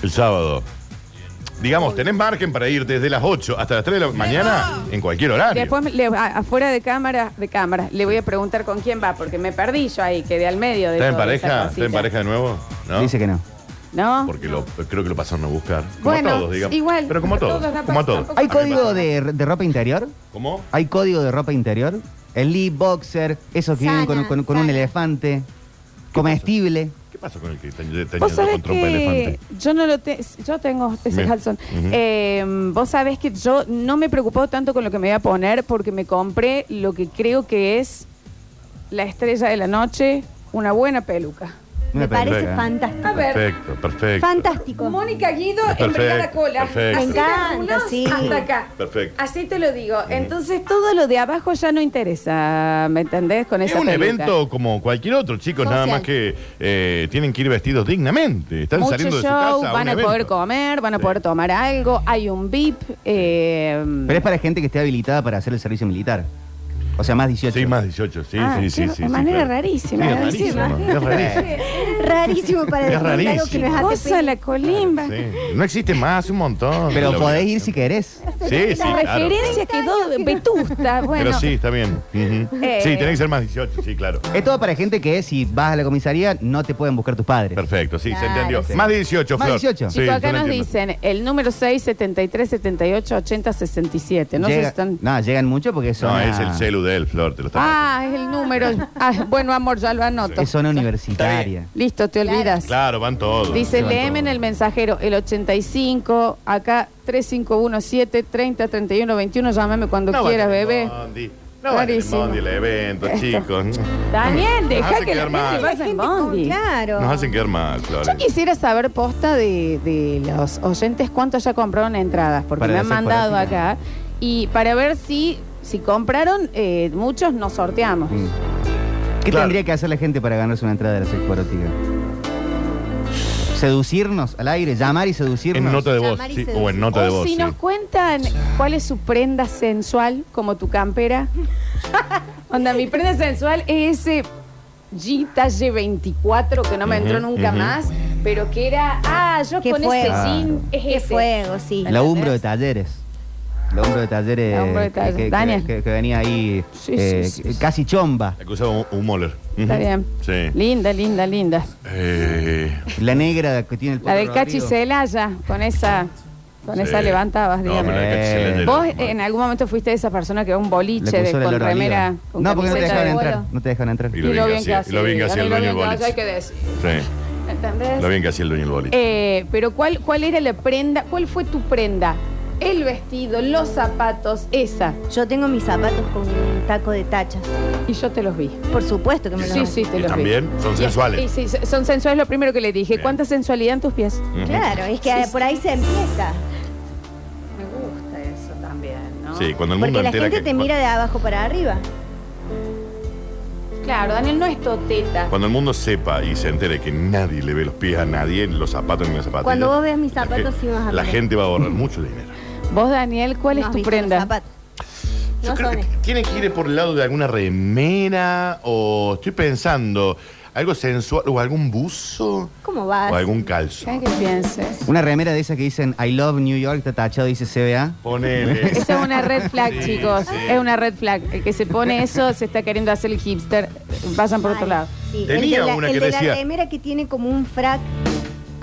E: El sábado. Digamos, tenés margen para ir desde las 8 hasta las 3 de la mañana en cualquier horario.
G: Después, me- le- a- afuera de cámara, de cámara, le voy a preguntar con quién va, porque me perdí yo ahí, quedé al medio de
E: ¿Estás en
G: toda esa
E: pareja? ¿Estás
G: cosita.
E: en pareja de nuevo? ¿No?
C: Dice que no.
G: ¿No?
E: Porque lo, creo que lo pasaron a buscar. Como
G: Bueno,
E: a todos, digamos.
G: igual.
E: Pero como a todos.
G: Todos
E: como
G: la
E: a
G: pasan,
E: todos.
G: tampoco-
C: ¿Hay
E: A mí me
C: código
E: pasó.
C: de, de ropa interior?
E: ¿Cómo?
C: ¿Hay código de ropa interior? El Lee Boxer, esos que vienen con,
D: Sana,
C: con- con un
D: sana.
C: elefante, comestible.
E: ¿Qué pasa con el que está está
G: Vos
E: yendo
G: sabés
E: con trompa de
G: que
E: elefante?
G: yo no lo te- yo tengo ese
E: Bien.
G: calzón.
E: Ujú.
G: Eh, vos sabés que yo no me preocupo tanto con lo que me voy a poner porque me compré lo que creo que es la estrella de la noche, una buena peluca.
D: Me
C: Una película.
D: parece fantástico.
G: A ver,
E: Perfecto, perfecto.
D: Fantástico.
G: Mónica Guido
E: Perfecto,
G: en primera cola.
E: perfecto.
G: Así
D: Me
G: de
D: encanta,
G: algunos
D: sí.
G: hasta acá.
E: Perfecto.
G: Así te lo digo. Entonces todo lo de abajo ya no interesa, ¿me entendés? Con
E: Es
G: esa
E: un
G: peluca.
E: evento como cualquier otro, chicos, nada
D: Social.
E: más que eh, tienen que ir vestidos dignamente. Están
G: Mucho
E: saliendo de su
G: show,
E: casa.
G: van a poder comer, van a
E: Sí.
G: poder tomar algo, hay un VIP. eh,
C: Pero es para gente que esté habilitada para hacer el servicio militar. O sea, más 18.
E: Sí, más 18, sí,
G: ah,
E: sí, sí,
G: qué
E: sí.
G: De
E: sí,
G: manera
E: claro.
D: Ah,
G: rarísima.
E: Sí, es rarísimo, es rarísimo.
D: Rarísimo para
E: Es
D: defender algo que
E: rarísimo.
D: no es ATP.
G: Cosa la colimba.
E: Sí, No existe más, un montón.
C: Pero
E: La
C: podés
E: obligación.
C: ir si querés.
E: Sí, sí,
G: La
E: claro.
G: referencia quedó vetusta. Bueno,
E: Pero sí, está bien. Ujú.
G: Eh.
E: Sí, tenés que ser más 18, sí, claro.
C: Es todo para gente que si vas a la comisaría no te pueden buscar tus padres.
E: Perfecto, sí, se
D: Claro,
E: entendió.
D: sí.
E: Más 18,
C: Más
E: Flor.
C: 18.
E: Sí,
G: Chicos, acá
E: yo lo
G: nos
E: entiendo.
G: dicen el número 6, 73, 78, 80, 67. No sé si
C: Llega-
G: están.
C: No, llegan mucho porque son.
E: No,
C: a-
E: es el celu de él, Flor, te lo está
G: Ah, es el número. Ah, bueno, amor, ya lo anoto.
C: Es zona universitaria.
G: Listo, te olvidas.
E: Claro, van todos.
G: Dice,
E: Van
G: leeme en
E: todos.
G: el mensajero el 85, acá 3517 30 31 21, llámame cuando
E: No
G: quieras,
E: vayan en
G: bebé.
E: Bondi. No vayan en
G: Clarísimo.
E: Bondi el evento,
G: Esto.
E: chicos.
G: Daniel, deja
E: hacen
G: que la
E: quedar
G: gente
E: mal.
G: vaya en Bondi.
D: Claro.
E: Nos hacen quedar mal, Flores.
G: Yo quisiera saber posta de, de los oyentes cuántos ya compraron entradas, porque
C: Para
G: me
C: la
G: han mandado
C: separatista.
G: acá. Y para ver si, si compraron, eh, muchos nos sorteamos.
C: Mm. ¿Qué
E: Claro.
C: tendría que hacer la gente para ganarse una entrada de la sexuarótica? ¿Seducirnos al aire? ¿Llamar y seducirnos?
E: En nota de voz,
D: Llamar y
E: sí,
D: seducir.
E: o en nota de
G: o
E: voz.
G: si
E: sí.
G: nos cuentan cuál es su prenda sensual, como tu campera. Onda, mi prenda sensual es ese G talle 24 que no me entró
E: Ujú,
G: nunca
E: ujú.
G: más, pero que era, ah, yo
D: Qué
G: con ese
D: fuego.
G: jean es
D: Qué
G: ese.
D: fuego, sí.
C: La Umbro de Talleres. La Umbro de Talleres.
G: La Umbro de
C: que-
G: Talleres.
C: que- que-
G: Daniel.
C: que- que venía ahí
G: Sí,
C: eh,
G: sí, sí,
C: que-
G: sí.
C: casi chomba.
E: La que usaba un, un moler. Ujú.
G: Está bien.
E: Sí.
G: Linda, linda, linda.
E: Eh,
C: La negra que tiene el
G: La del
C: potro
G: Cachi
C: arriba.
G: Celaya, con esa, con
E: Sí.
G: esa levantabas,
E: no,
G: digamos.
E: pero la
C: Eh.
E: cachilera era
G: Vos
E: mal.
G: en algún momento fuiste esa persona que va a un boliche
C: Le
G: de,
C: puso el
G: con
C: olor a
G: remera,
C: oliva.
G: con
C: No, porque no te
G: camiseta
C: dejaban
G: de
C: entrar.
G: vuelo.
C: No te dejaban entrar.
E: Y
G: Y
E: lo bien que hacía-
G: hacía,
E: y lo bien que hacía el
G: y lo
E: dueño
G: bien
E: del
G: que hacía,
E: boliche.
G: hay que decir.
E: Sí.
G: ¿Entendés?
E: Lo bien que hacía el dueño del boliche.
G: Eh, pero ¿cuál, ¿cuál era la prenda? ¿Cuál fue tu prenda? El vestido, los zapatos, esa.
D: Yo tengo mis zapatos con un taco de tachas.
G: Y yo te los vi.
D: Por supuesto que me
G: Sí,
D: los
G: sí, te
E: Y
G: los vi.
E: también son
G: Y-
E: sensuales.
G: y sí, son sensuales lo primero que le dije.
E: Bien.
G: ¿Cuánta sensualidad en tus pies?
E: Ujú.
D: Claro, es que por ahí se empieza.
G: Me gusta eso también, ¿no?
E: Sí, cuando el mundo
D: Porque la
E: entera
D: gente
E: que-
D: te mira de abajo para arriba.
G: Claro, Daniel no es toteta.
E: Cuando el mundo sepa y se entere que nadie le ve los pies a nadie, los zapatos ni las zapatillas.
D: Cuando vos veas mis
E: Ah, la
D: zapatos,
E: gen-
D: sí vas a
E: La
D: ver.
E: gente va a ahorrar mucho dinero.
G: Vos, Daniel, ¿cuál
D: No
G: es
D: has
G: tu
D: visto los
G: prenda?
D: zapatos.
E: Yo
D: No
E: creo
D: son
E: que tiene que ir por el lado de alguna remera o estoy pensando algo sensual o algún buzo
D: ¿Cómo
E: o
D: vas?
E: algún calzón.
G: ¿Qué pienses?
C: Una remera de esas que dicen I love New York, está tachado, dice CBA.
E: Ponele.
G: Esa es una red flag,
E: Sí,
G: chicos.
E: sí.
G: Es una red flag. El que se pone eso se está queriendo hacer el hipster. Pasan por otro
D: Ay,
G: lado.
D: sí, el
E: Tenía
D: de la-
E: una
D: el
E: que
D: de
E: decía-
D: la remera que tiene como un frac.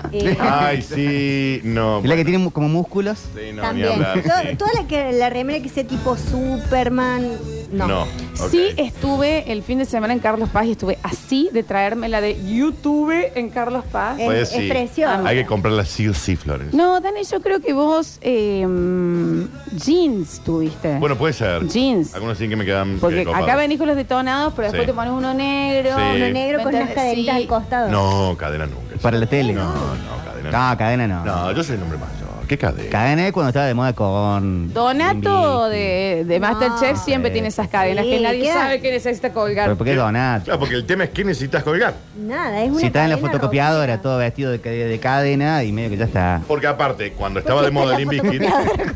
D: eh,
E: Ay, sí, no.
C: Es la que
E: bueno.
C: tiene mu- como músculos.
E: Sí, no, ni
D: también.
E: hablar.
D: Todo-
E: sí.
D: Toda la, que, la remera que sea tipo Superman. No.
E: No.
G: Sí,
E: ok.
G: estuve el fin de semana en Carlos Paz y estuve así de traerme la de YouTube en Carlos Paz.
D: Eh.
E: Pues
D: es preciosa.
E: Hay que comprarla sí o sí, Flores.
G: No, Dani, yo creo que vos eh, mm, jeans tuviste.
E: Bueno, puede ser.
G: Jeans.
E: Algunos sí que me quedan.
G: Porque
E: eh, copados.
G: acá venís con los detonados, pero después
E: Sí.
G: te pones uno negro.
E: Sí.
D: Uno negro con las
G: Sí.
D: cadenitas al costado.
E: No, cadena nunca.
C: Para la tele.
E: No, no, cadena no.
C: No, cadena no.
E: No, yo soy el hombre mayor. ¿Qué cadena?
C: Cadena es cuando estaba de moda con.
G: Donato
C: Bimbi.
G: de, de Masterchef
D: No.
G: siempre
C: Sí.
G: tiene esas cadenas que
D: Sí,
G: nadie
D: queda-
G: sabe que necesita colgar.
C: ¿Pero por qué Donato?
E: Claro, porque el tema es que necesitas colgar.
D: Nada, es una.
C: Si está en la
D: cadena
C: fotocopiadora,
D: rotita.
C: todo vestido de, ca- de cadena y medio que ya está.
E: Porque aparte, cuando estaba de moda el Bizkit,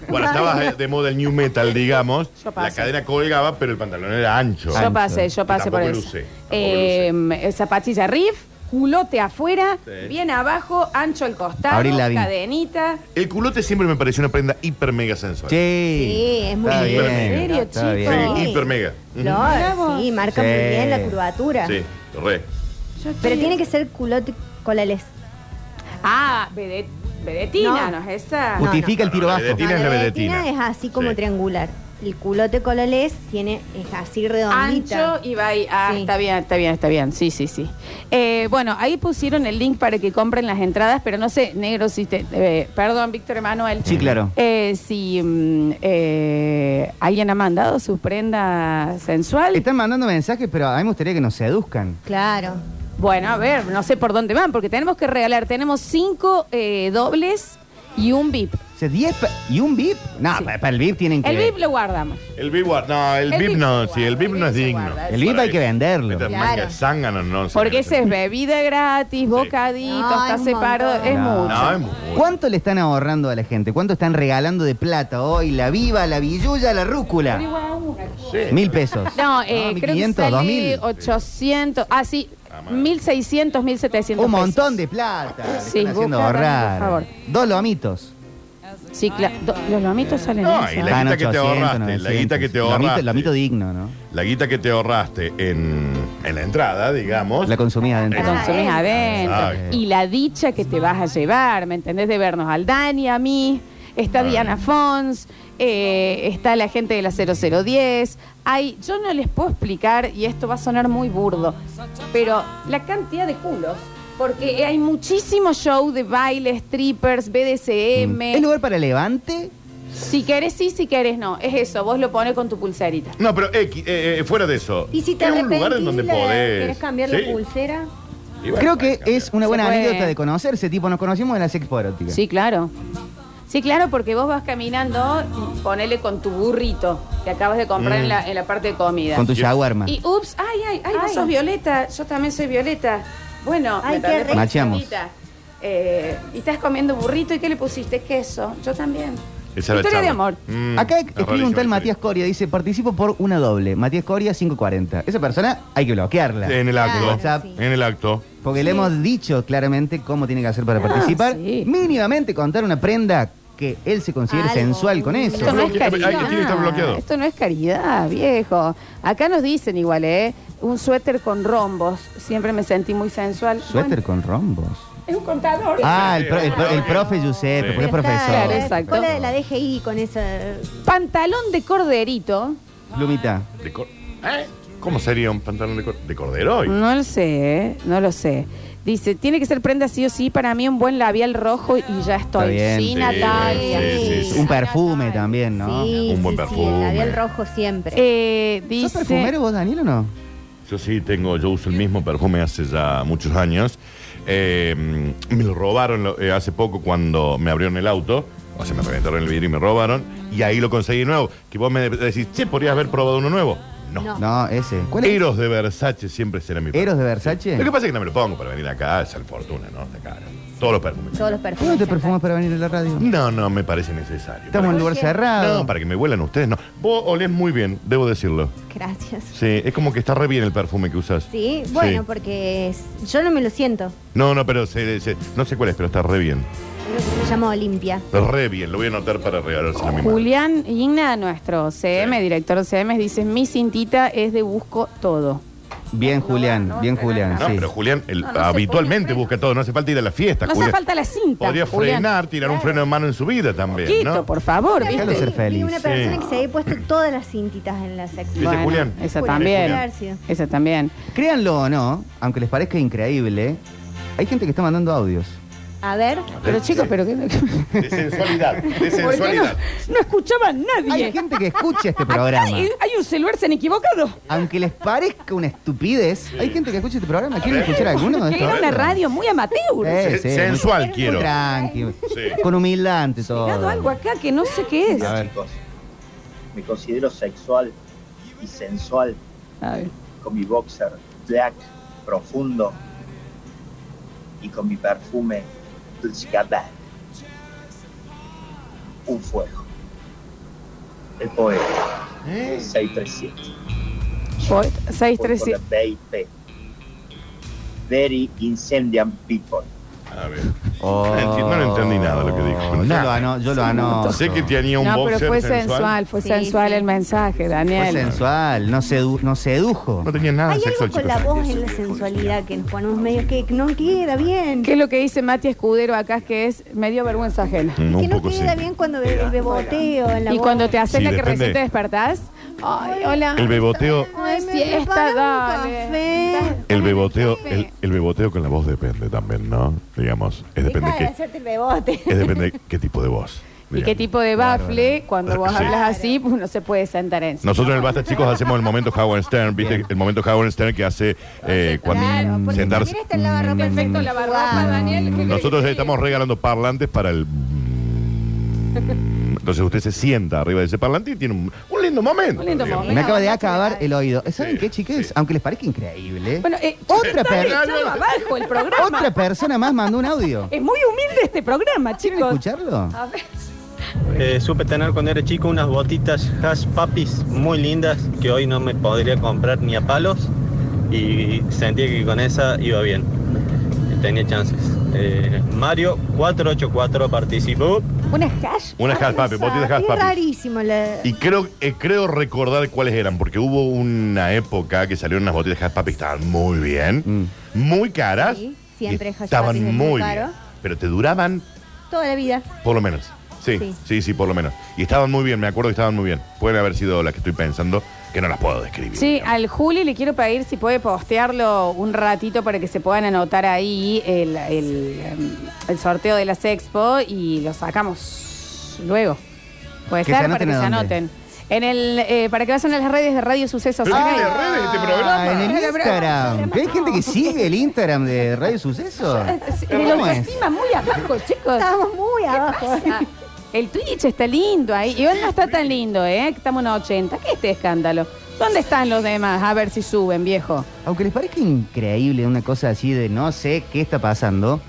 E: cuando estaba eh, de moda el New Metal, digamos,
G: Yo
E: la
G: pasé.
E: cadena colgaba, pero el pantalón era ancho.
G: Yo pasé, yo
E: Y
G: pasé por
E: tampoco
G: eso.
E: luce, tampoco
G: Eh, zapatilla riff, culote afuera,
E: Sí.
G: bien abajo, ancho al costado,
C: Abril Lavigne.
G: cadenita.
E: El culote siempre me pareció una prenda hiper mega sensual.
C: Sí.
D: Sí, es muy
C: Está
E: bien.
C: bien.
E: ¿En
G: serio,
C: Está
G: chicos?
E: Sí,
C: bien.
D: Sí.
E: hiper mega. Ujú.
D: Flor,
G: Mirá vos.
D: sí, marca muy
C: Sí.
D: bien la curvatura.
E: Sí, re.
G: Yo
D: Pero
G: estoy-
D: tiene que ser culote colales.
G: Ah, vedet- vedetina,
D: No.
G: no, es esa.
D: No.
C: Justifica el tiro
E: No, no,
C: bajo.
E: la vedetina. Tina es la vedetina.
D: es así como
E: Sí.
D: triangular. El culote colales tiene, es así redondita.
G: Ancho y va ahí. Ah,
D: Sí.
G: está bien, está bien, está bien. Sí, sí, sí. Eh, bueno, ahí pusieron el link para que compren las entradas, pero no sé, negro, si te. eh, perdón, Víctor Emanuel.
C: Sí, claro.
G: Eh, si mm, eh, alguien ha mandado su prenda sensual.
C: Están mandando mensajes, pero a mí me gustaría que nos seduzcan.
D: Claro.
G: Bueno, a ver, no sé por dónde van, porque tenemos que regalar. Tenemos cinco eh, dobles y un VIP.
C: O sea, 10 pa- y un VIP. No,
G: Sí.
C: para, el VIP tienen que.
G: El VIP lo guardamos.
E: El VIP, guard- no, el,
G: El
E: VIP,
G: VIP
E: no,
G: guarda,
E: sí, el VIP no es
G: se
E: digno.
G: guarda.
C: El VIP hay que venderlo.
E: Estas
D: Claro.
E: mangas zánganos no.
G: Porque ese
E: señores.
G: es bebida gratis, bocadito,
D: No,
G: está
D: es un
G: separado,
D: montón.
G: es
C: No.
G: mucho.
E: No, es muy-
C: ¿Cuánto le están ahorrando a la gente? ¿Cuánto están regalando de plata hoy? La viva, la billulla, la rúcula.
E: Sí.
C: Mil pesos. Ah,
G: No, eh, creo que
C: 1500,
G: sale
C: 2000.
G: 800, ah, sí, 1600, 1700
C: Un montón
G: pesos.
C: de plata. le
G: Sí,
C: están haciendo
G: busca, Dani,
C: ahorrar.
G: por favor.
C: Dos lomitos.
G: Sí, claro. Do- Los lomitos salen
E: No, y
G: eso, ¿eh?
E: la-
C: Están
E: guita que te ahorraste, la guita que te
C: Lomito-
E: ahorraste.
C: Lomito digno, ¿no?
E: La guita que te ahorraste en, en la entrada, digamos.
C: La consumís adentro.
G: La consumís
D: Ah,
G: adentro.
E: Exacto.
G: Y la dicha que te vas a llevar, ¿me entendés? De vernos al Dani, a mí. Está
E: Ay.
G: Diana Fons, eh, está la gente de la 0010. Ay, yo no les puedo explicar, y esto va a sonar muy burdo, pero la cantidad de culos. Porque hay muchísimo show de baile, strippers,
C: ¿Es
E: Mm.
G: BDSM.
C: lugar para levante?
G: Si querés sí, si querés no. Es eso, vos lo pones con tu pulserita.
E: No, pero eh, qui- eh, eh, fuera de eso.
D: Y si te
E: es un lugar en
D: arrepentís,
E: donde
D: la-
E: podés.
D: ¿querés cambiar
E: Sí.
D: la pulsera?
E: Y bueno, podés
C: Creo que
E: cambiar.
C: es una
G: Se
C: buena
G: puede.
C: anécdota de conocerse, tipo, nos conocimos en la sexpo erótica.
G: Sí, claro. Sí, claro, porque vos vas caminando y ponele con tu burrito que acabas de comprar en, la, en la parte de comida.
C: Con tu shawarma.
G: Y ups, ay, ay, ay, vos
D: Ay.
G: sos Violeta, yo también soy Violeta. Bueno,
D: Ay,
G: me
D: qué
G: tardé
D: rico.
G: por la
C: Macheamos.
G: salita. Eh, y estás comiendo burrito y ¿qué le pusiste? Queso. Yo también.
E: Esa era
G: Historia
E: charla.
G: de amor.
E: Mm,
C: Acá
E: es
C: escribe un
E: rarísima
C: tal
E: la
C: Matías
E: historia.
C: Coria, dice, participo por una doble. Matías Coria, 540. Esa persona hay que bloquearla.
E: En el
D: Claro,
E: acto.
C: WhatsApp.
D: sí.
E: En el acto.
C: Porque le hemos dicho claramente cómo tiene que hacer para participar.
G: Ah, sí.
C: Mínimamente contar una prenda que él se considere
D: Algo,
C: sensual con
D: un-
C: eso.
G: Esto no es
E: Bloquea- hay que-
G: caridad.
E: tiene que estar bloqueado.
G: Esto no es caridad, viejo. Acá nos dicen igual, ¿eh? Un suéter con rombos. Siempre me sentí muy sensual.
C: Suéter con rombos.
G: Bueno, es un contador.
C: Ah, el, pro- el pro- el profe
E: Sí.
C: Giuseppe, porque es profesor.
G: Claro,
D: eh,
G: exacto.
D: Cola de la DGI con esa.
G: Pantalón de corderito.
C: Plumita.
E: De cor- ¿Eh? ¿Cómo sería un pantalón de, cor- de cordero
C: Mm.
E: hoy?
G: No lo sé, ¿eh? no lo sé. Dice, tiene que ser prenda sí o sí, para mí un buen labial rojo y ya estoy.
C: Está bien.
G: Sí,
E: Sí,
G: Natalia.
E: sí, sí, sí.
C: Un perfume también, ¿no?
D: Sí,
E: Un buen
D: sí, sí,
E: perfume.
D: el labial rojo siempre.
G: Eh,
C: ¿Sos
G: dice,
C: perfumero vos, Daniel, o no?
E: Yo sí tengo, yo uso el mismo perfume hace ya muchos Em, años. Eh, me lo robaron lo- eh, hace poco cuando me abrieron el auto. O sea, me reventaron el vidrio y me robaron. Y ahí lo conseguí nuevo. Que vos me decís, che, podrías haber probado uno nuevo. No.
D: No.
C: No, ese. ¿Cuál es?
E: Eros de Versace siempre será mi
C: ¿Eros de
E: Lo que
C: Versace?
E: pasa es que no me lo pongo para venir acá, es al fortuna, ¿no? Está caro. Todos los perfumes.
D: Todos los
C: ¿Tú
D: perfumes.
C: no te
D: ya
C: perfumas
D: están.
C: para venir a la radio?
E: No, no me parece necesario.
C: Estamos en un
E: Para-
C: lugar
D: Oye.
C: cerrado.
E: No, para que me vuelan ustedes, no. Vos olés muy bien, debo decirlo.
D: Gracias.
E: Sí, es como que está re bien el perfume que usas.
D: Sí, bueno,
E: Sí.
D: porque es- yo no me lo siento.
E: No, no, pero se- se- no sé cuál es, pero está re bien.
D: Creo que se llama Olimpia.
E: Re bien, lo voy a anotar para regalárselo a mi madre.
G: Julián Igna, nuestro CM,
E: Sí.
G: director de CM, dice, mi cintita es de busco todo.
C: Bien,
F: No,
C: Julián,
F: no,
C: bien,
F: no,
C: Julián.
E: No,
C: sí.
E: pero Julián el-
F: No, no se
E: habitualmente
F: pone
E: busca todo, no hace falta ir a la fiesta,
G: No hace
E: Julián.
G: falta la cinta.
E: Podría
G: Julián.
E: frenar, tirar un freno de mano en su vida también,
G: Quito,
E: ¿no?
G: por favor,
D: Mira,
C: Déjalo
G: ¿viste?
C: ser
D: vi- vi
C: feliz.
D: una persona
E: Sí.
D: que se había puesto todas las cintitas en la sección.
E: ¿Viste, Julián?
G: Esa
D: Julián,
G: también.
D: Julián, sí.
G: Esa también.
C: Créanlo o no, aunque les parezca increíble, hay gente que está mandando audios.
D: A ver,
G: Pero chicos, pero que
E: De sensualidad, de
G: ¿Por qué no,
E: sensualidad.
G: no escuchaba a nadie?
C: Hay gente que escucha este
G: Acá
C: programa.
G: eh, Hay, hay un celular, se han equivocado.
C: Aunque les parezca una estupidez, hay gente que escucha este programa. ¿Quieren escuchar alguno de
G: Que
C: estos?
G: era una radio muy amateur.
E: Se-
C: Eh, sí,
E: sensual
C: muy-
E: quiero.
C: muy tranqui,
E: Sí.
C: Con humildad ante todo.
G: Llegado algo acá que no sé qué es.
C: A ver.
H: chicos. Me considero sexual y sensual
G: A ver.
H: con mi boxer black profundo y con mi perfume Dolce Gabbana. Un fuego. El poeta 637.
G: Voy- 6, 3,
H: Voy con la BIP. Very incendian people.
E: A ver.
C: Oh.
E: No enti- Ah, no le entendí nada lo que dijo.
C: Yo
E: Nada.
C: lo ano- yo lo anoto.
E: Sé que tenía un
G: No, pero
E: boxer
G: fue sensual,
E: sensual.
G: fue
D: Sí,
G: sensual
D: sí.
G: el mensaje,
C: Fue
G: Daniel.
C: sensual, no, sedu- no sedujo.
E: No tenía nada
D: hay
E: de
C: Ah,
E: sexual,
D: algo con la
E: chicos.
D: voz en la sensualidad que nos ponemos medio que no queda bien.
G: ¿Qué es lo que dice Mati Escudero acá? Que es medio vergüenza ajena.
E: Mm,
D: que
E: Un
D: no
E: poco
D: queda
E: sí.
D: bien cuando be- el beboteo en la
G: Y
D: voz.
G: cuando te acerca
E: Sí,
G: que recién
E: depende.
G: te despertás. Ay, hola.
D: Ah,
E: El beboteo,
D: Ay, me
G: Siesta,
D: preparan
G: dale.
D: un café.
E: el beboteo, el, el beboteo con la voz depende también, ¿no? Digamos, es depende
D: Deja de
E: qué,
D: hacerte el bebote.
E: es depende qué tipo de voz.
G: ¿Y qué
E: digamos.
G: tipo de bafle? Cuando vos
E: Sí.
G: hablas así, pues no se puede sentar en sí.
E: Nosotros en el Basta, chicos, hacemos el momento Howard Stern, ¿viste? El momento Howard Stern que hace eh, cuando
D: Claro, porque
E: sentarse. Mm.
D: mira, este está el lavarropa
G: Perfecto,
D: en
G: la
D: su
G: barbacoa,
D: lugar.
G: Daniel. ¿qué
E: Nosotros
G: querés?
E: estamos regalando parlantes para el. Entonces usted se sienta arriba de ese parlante y tiene un, un lindo momento.
G: Un lindo
E: digamos.
G: momento.
C: Me acaba de acabar el oído. ¿Eh, ¿Saben
E: Sí,
C: qué, chicas?
E: sí.
C: Aunque les parezca increíble,
G: Bueno, eh,
C: otra,
G: está
C: per-
G: echado abajo el programa.
C: otra persona más mandó un audio.
G: Es muy humilde este programa,
C: ¿Quieren
G: chicos.
C: escucharlo?
G: A ver.
I: Eh, supe tener cuando era chico unas botitas hash papis muy lindas que hoy no me podría comprar ni a palos y sentía que con esa iba bien. Tenía chances. Eh, Mario 484 participó.
G: Unas hash.
E: Una hash papi, botitas hash
D: Es
E: papi.
D: rarísimo. La...
E: Y creo, eh, creo recordar cuáles eran, porque hubo una época que salieron unas botellas de Hash Papi que estaban muy bien,
G: Mm.
E: muy caras.
D: Sí, siempre
E: y
D: Hash
E: Estaban
D: Papis es muy
E: muy
D: caro.
E: bien. Pero te duraban
D: Toda la vida.
E: por lo menos. Sí, sí,
D: Sí.
E: sí, por lo menos. Y estaban muy bien, me acuerdo que estaban muy bien. Pueden haber sido las que estoy pensando, que no las puedo describir.
G: Sí, al Juli le quiero pedir si puede postearlo un ratito para que se puedan anotar ahí el, el, em, el sorteo de las Expo y lo sacamos luego. Puede
C: Que
G: ser
C: se
G: para
C: anoten
G: que
C: a
G: se
C: dónde?
G: anoten. En el, eh, para que vayan a las redes de Radio Sucesos.
E: Pero
G: Acá
E: tiene
G: hay-
E: redes este programa.
C: Ah, en el
G: Pero, pero,
C: Instagram. ¿Hay gente que sigue el Instagram de Radio Suceso?
G: Eh,
C: ¿Cómo
G: la
C: es?
G: autoestima muy abajo, chicos.
D: Estábamos muy abajo.
G: Ah, El Twitch está lindo ahí. Igual no está tan lindo, ¿eh? Que Estamos en 80. ¿Qué es este escándalo? ¿Dónde están los demás? A ver si suben, viejo.
C: Aunque les parezca increíble una cosa así de no sé qué está pasando,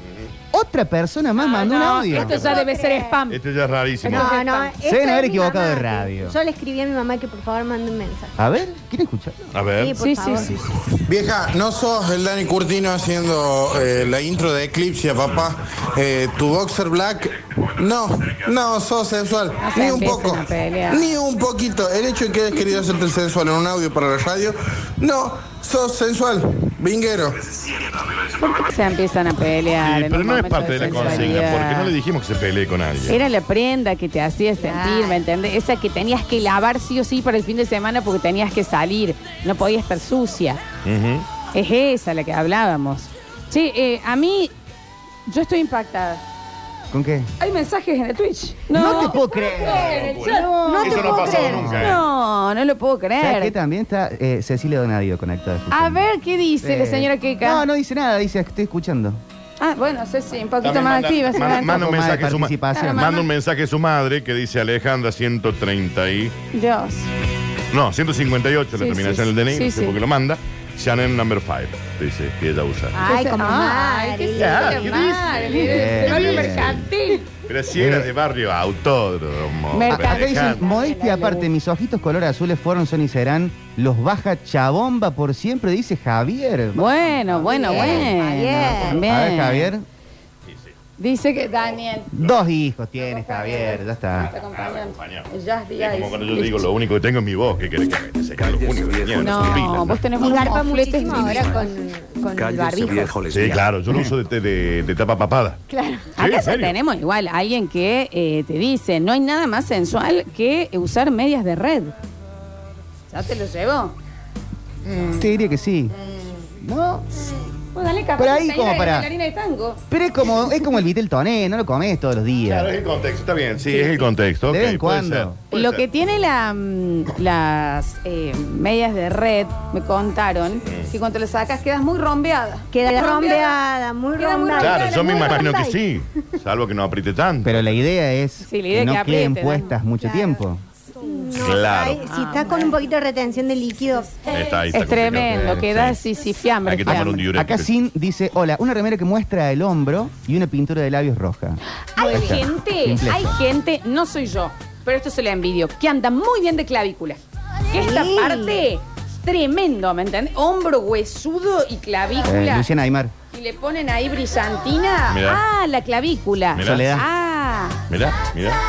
C: otra persona más mandó un
G: Ah, no,
C: audio.
G: Esto ya debe ser spam.
E: Esto ya es rarísimo.
D: No, no.
G: Se
D: esto
C: deben
D: es
C: haber
D: mi
C: equivocado
D: mamá,
C: de
D: que-
C: radio.
D: Yo le escribí a mi mamá que por favor mande un mensaje.
C: A ver, ¿quieren escucharlo?
E: A ver.
D: Sí, por
G: Sí, sí,
D: favor.
G: sí.
J: Vieja, no sos el Dani Curtino haciendo eh, la intro de Eclipse, papá. Eh, tu boxer black, no, no sos sensual,
G: No se
J: ni un
G: empiecen
J: poco,
G: a pelear.
J: ni un poquito. El hecho de que hayas querido hacerte el sensual en un audio para la radio, no, sos sensual, vinguero.
G: ¿Por qué se empiezan a pelear?
E: Sí,
G: en
E: pero
G: un
E: no es
G: momento
E: parte de la consigna,
G: sensualidad?
E: porque no le dijimos que se pelee con alguien.
G: Era la prenda que te hacía sentir, ¿me entendés? Esa que tenías que lavar sí o sí para el fin de semana porque tenías que salir. No podías estar sucia.
E: Ujú.
G: Es esa la que hablábamos. Sí, a mí, yo estoy impactada.
C: ¿Con qué?
G: Hay mensajes en el Twitch.
C: No te puedo creer.
G: en el chat. No,
E: Eso no
G: te
E: ha
G: puedo
E: pasado
G: creer.
E: nunca, ¿eh?
G: No, no lo puedo
C: ¿Sabes qué?
G: creer.
C: También está eh, Cecilia Donadio conectada. Eh,
G: A ver qué dice la señora Keka.
C: No, no dice nada, dice, estoy escuchando.
G: Ah, bueno, Ceci, un poquito
E: También
G: más
E: manda-
G: activa.
E: manda-
G: seguramente.
E: manda un
C: poco más de
E: mensaje a su ma-
C: participación.
G: Claro,
E: Manda
G: manda-
E: un mensaje a su madre que dice Alejandra 130 y...
G: Dios.
E: No, 158 la
G: Sí,
E: terminación
G: sí,
E: del DNI,
G: sí,
E: no sé
G: sí.
E: por qué lo manda. Shannon number 5, dice, que ella usa.
G: Ah.
D: Ay, como
G: Ay, qué
D: Mari.
E: Ya,
G: señora
E: ¿qué
G: Mari,
C: dice?
G: Mario
E: Sí.
G: Mercantil.
E: Pero si
C: Eh.
E: era de barrio autódromo.
G: Mercado.
C: Acá dicen,
E: Alejandro.
C: modestia aparte, mis ojitos color azules fueron, son y serán. Los baja Chabomba por siempre, dice Javier.
G: Bueno, bueno,
D: Bien,
G: bueno.
D: Javier.
G: también.
C: A ver, Javier.
G: Dice que Daniel.
C: Dos hijos tienes, Javier. Ya
G: Te
C: está.
G: acompañan.
E: Compañero.
G: Ya es
E: Ah, Es
G: día
E: como cuando yo
G: y-
E: te digo, lo único que tengo es mi voz, ¿qué querés que haga? Te saca lo único que tenía, no,
G: No, vos tenés
D: Y
G: unos
D: garpa
G: mofletes
D: muchísimo ahora
G: divinos.
D: con, con el barbijo.
E: Sí, claro, yo lo uso de, de- de- de tapa papada.
G: Claro.
E: Sí,
G: Acá
E: en
G: ya
E: serio.
G: tenemos igual alguien que eh, te dice, no hay nada más sensual que usar medias de red. ¿Ya te lo llevo?
C: Te diría que sí. ¿No?
G: Pues dale capaz.
C: Pero ahí
G: señora,
C: como
G: es
C: para-
G: bailarina de tango.
C: Pero es como, es como el Vitel Toné, no lo comes todos los
E: Claro, es
C: días.
E: el contexto, está bien, sí, es el contexto.
C: De
E: ok,
C: vez en
E: puede
C: cuando.
E: ser, puede
G: Lo
E: ser.
G: que tiene la, mm, las eh, medias de red, me contaron, que cuando las sacas quedas muy rombeada.
D: Queda rompeada, muy
G: Queda muy
D: rompeada.
E: Claro, yo me
D: Muy
E: imagino que
D: rompeada.
E: sí, salvo que no apriete tanto.
C: Pero la idea es
G: Sí, la idea
C: que no
G: es que
C: queden
G: apriete, ¿no?
C: puestas mucho
D: Claro.
C: tiempo.
D: No,
E: Claro.
D: ay, si estás con un poquito de retención de líquido,
E: Está ahí, está
G: Es tremendo,
E: complicado.
G: quedas
E: Sí.
G: así, sí, fiambre.
E: Hay que tomar un
G: fiambre.
E: diurético.
C: Acá Sin dice, hola, una remera que muestra el hombro y una pintura de labios roja.
G: Hay gente,
C: Simple.
G: hay gente, no soy yo, pero esto se le envidio, que anda muy bien de clavícula. Que esta
D: Sí.
G: parte, tremendo, ¿me entiendes? Hombro huesudo y
C: Eh,
G: clavícula.
C: Luciana Aymar.
G: Y le ponen ahí brillantina.
E: Mirá.
G: Ah, la clavícula.
E: Mirá.
C: Soledad.
G: Ah,
E: Mirá, mirá.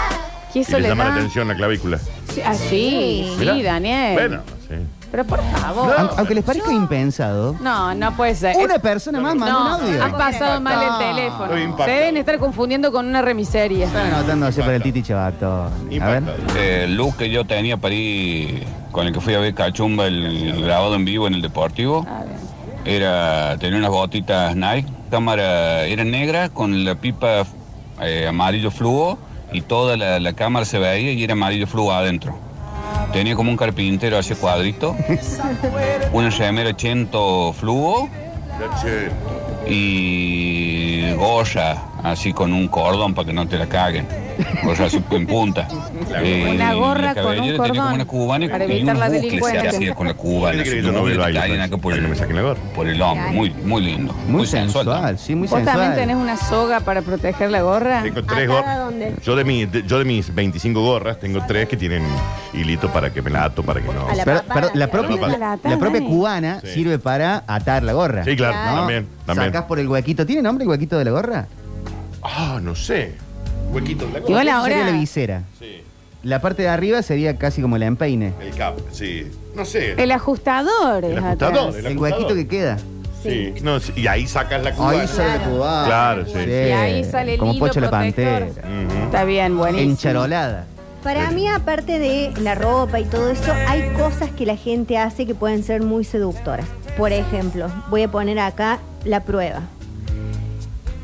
G: que
E: Y
G: eso
E: le
G: le
E: llama la
G: da-
E: atención la clavícula.
G: Sí, ah, sí,
E: Mirá.
G: sí, Daniel.
E: Bueno, sí.
G: Pero por favor.
C: Aun- Aunque les parezca impensado,
G: No, no puede ser.
C: una
G: Es-
C: persona más mandó un
G: no,
C: audio.
G: han pasado mal el teléfono.
E: Estoy
G: Se
E: impactado.
G: deben estar confundiendo con una remiseria.
C: Están anotándose para el Titi Chavato. A ver.
E: Impactado.
K: El look que yo tenía para ir con el que fui a ver Cachumba, el grabado en vivo en el Deportivo,
G: A ver.
K: era tener unas botitas Nike, cámara era negra con la pipa eh, amarillo fluo y toda la, la cámara se veía y era amarillo fluo ah, adentro. Tenía como un carpintero así cuadrito, una remera 80 fluo
E: Che,
K: y goya, así con un cordón para que no te la caguen. Goya así en punta. Eh,
G: Una gorra
K: la
G: con un
K: cabellera tenía como
G: cordón
K: una cubana y
G: para
K: con
G: evitar
K: unos
G: la
K: bucles se
G: delincuencia.
K: hacía con la
E: ¿Quién
K: cubana.
E: cree que
K: así
E: yo no
K: como
E: veo el baile? pues.
K: caían acá por
E: Para que no me saquen la
K: el,
E: gorra.
K: por el hombro. Muy, muy lindo.
C: Muy sensual, sí, muy
G: ¿Vos
C: sensual.
G: también tenés una soga para proteger la gorra?
E: Tengo tres
D: ¿Atada
E: gorras.
D: dónde?
E: Yo de, mi, de- yo de mis 25 gorras tengo tres que tienen hilito para que me la ato, para que no.
D: A la-
C: Pero-
D: papada,
C: pero la
D: claro.
C: propia,
E: La papada.
C: la- la propia cubana
E: Sí.
C: sirve para atar la gorra.
E: Sí, claro, también, también.
C: Sacás por el huequito. ¿Tiene nombre el huequito de la gorra?
E: Ah, no sé. Huequito en la gorra.
G: Igual
C: Eso
G: ahora-
C: Sería la visera.
E: Sí,
C: La parte de arriba sería casi como el empeine.
E: el cap, sí. No sé.
G: El ajustador.
E: El
G: es
E: ajustador,
G: atrás.
E: El
C: El
E: ajustador.
C: huequito que queda.
E: Sí. No, sí, y ahí sacas la cubana.
C: Ahí sale la cubana.
E: Claro, sí.
G: Y ahí sale el
C: Eh, Como
G: hilo
C: Pocho la
G: protector.
C: Pantera.
E: Ujú.
G: Está bien, buenísimo.
C: Encharolada.
D: Para mí, aparte de la ropa y todo eso, hay cosas que la gente hace que pueden ser muy seductoras. Por ejemplo, voy a poner acá la prueba.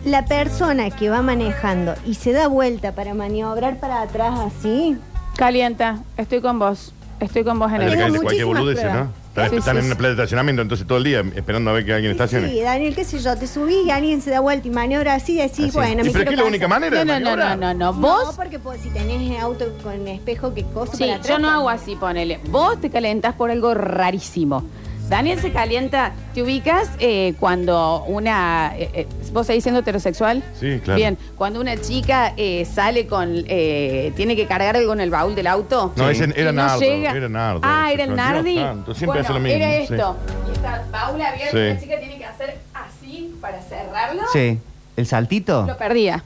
D: La persona que va manejando y se da vuelta para maniobrar para atrás así,
G: Calienta, estoy con vos. Estoy con vos en
E: Ahí le
G: el
E: cae de
D: Tengo
E: cualquier
D: muchísimas
E: boludez,
D: pruebas.
E: ¿no? Están,
G: Sí,
E: están
G: sí,
E: en una
G: sí.
E: plaza de estacionamiento, entonces todo el día esperando a ver que alguien estacione.
D: Sí, Daniel, qué sé yo, te subís y alguien se da vuelta y maniobra así y decís,
C: Así.
D: bueno,
E: ¿Y
D: me
E: pero es
D: quiero
E: que es la
D: casar.
E: única manera?
G: No,
E: de
G: no, no,
E: maniobrar?
G: no, no, no.
D: No,
G: Vos.
D: porque pues, si tenés auto con espejo, qué cosa
G: Sí,
D: para atrás.
G: yo no hago así, ponele. Vos te calentás por algo rarísimo. Daniel se calienta, te ubicas eh, cuando una. eh, eh, ¿Vos seguís siendo heterosexual?
E: Sí, claro.
G: Bien, cuando una chica eh, sale con. eh, tiene que cargar algo en el baúl del auto.
E: No, ese era
G: Y
E: Nardo, era Nardo.
G: Ah, era el
E: Dios
G: Nardi.
E: santo, siempre hace lo mismo,
G: Era
E: sí.
G: esto. Y esta baúla abierta,
E: Sí.
G: la chica tiene que hacer así para cerrarlo.
C: Sí. ¿El saltito?
G: Lo perdía.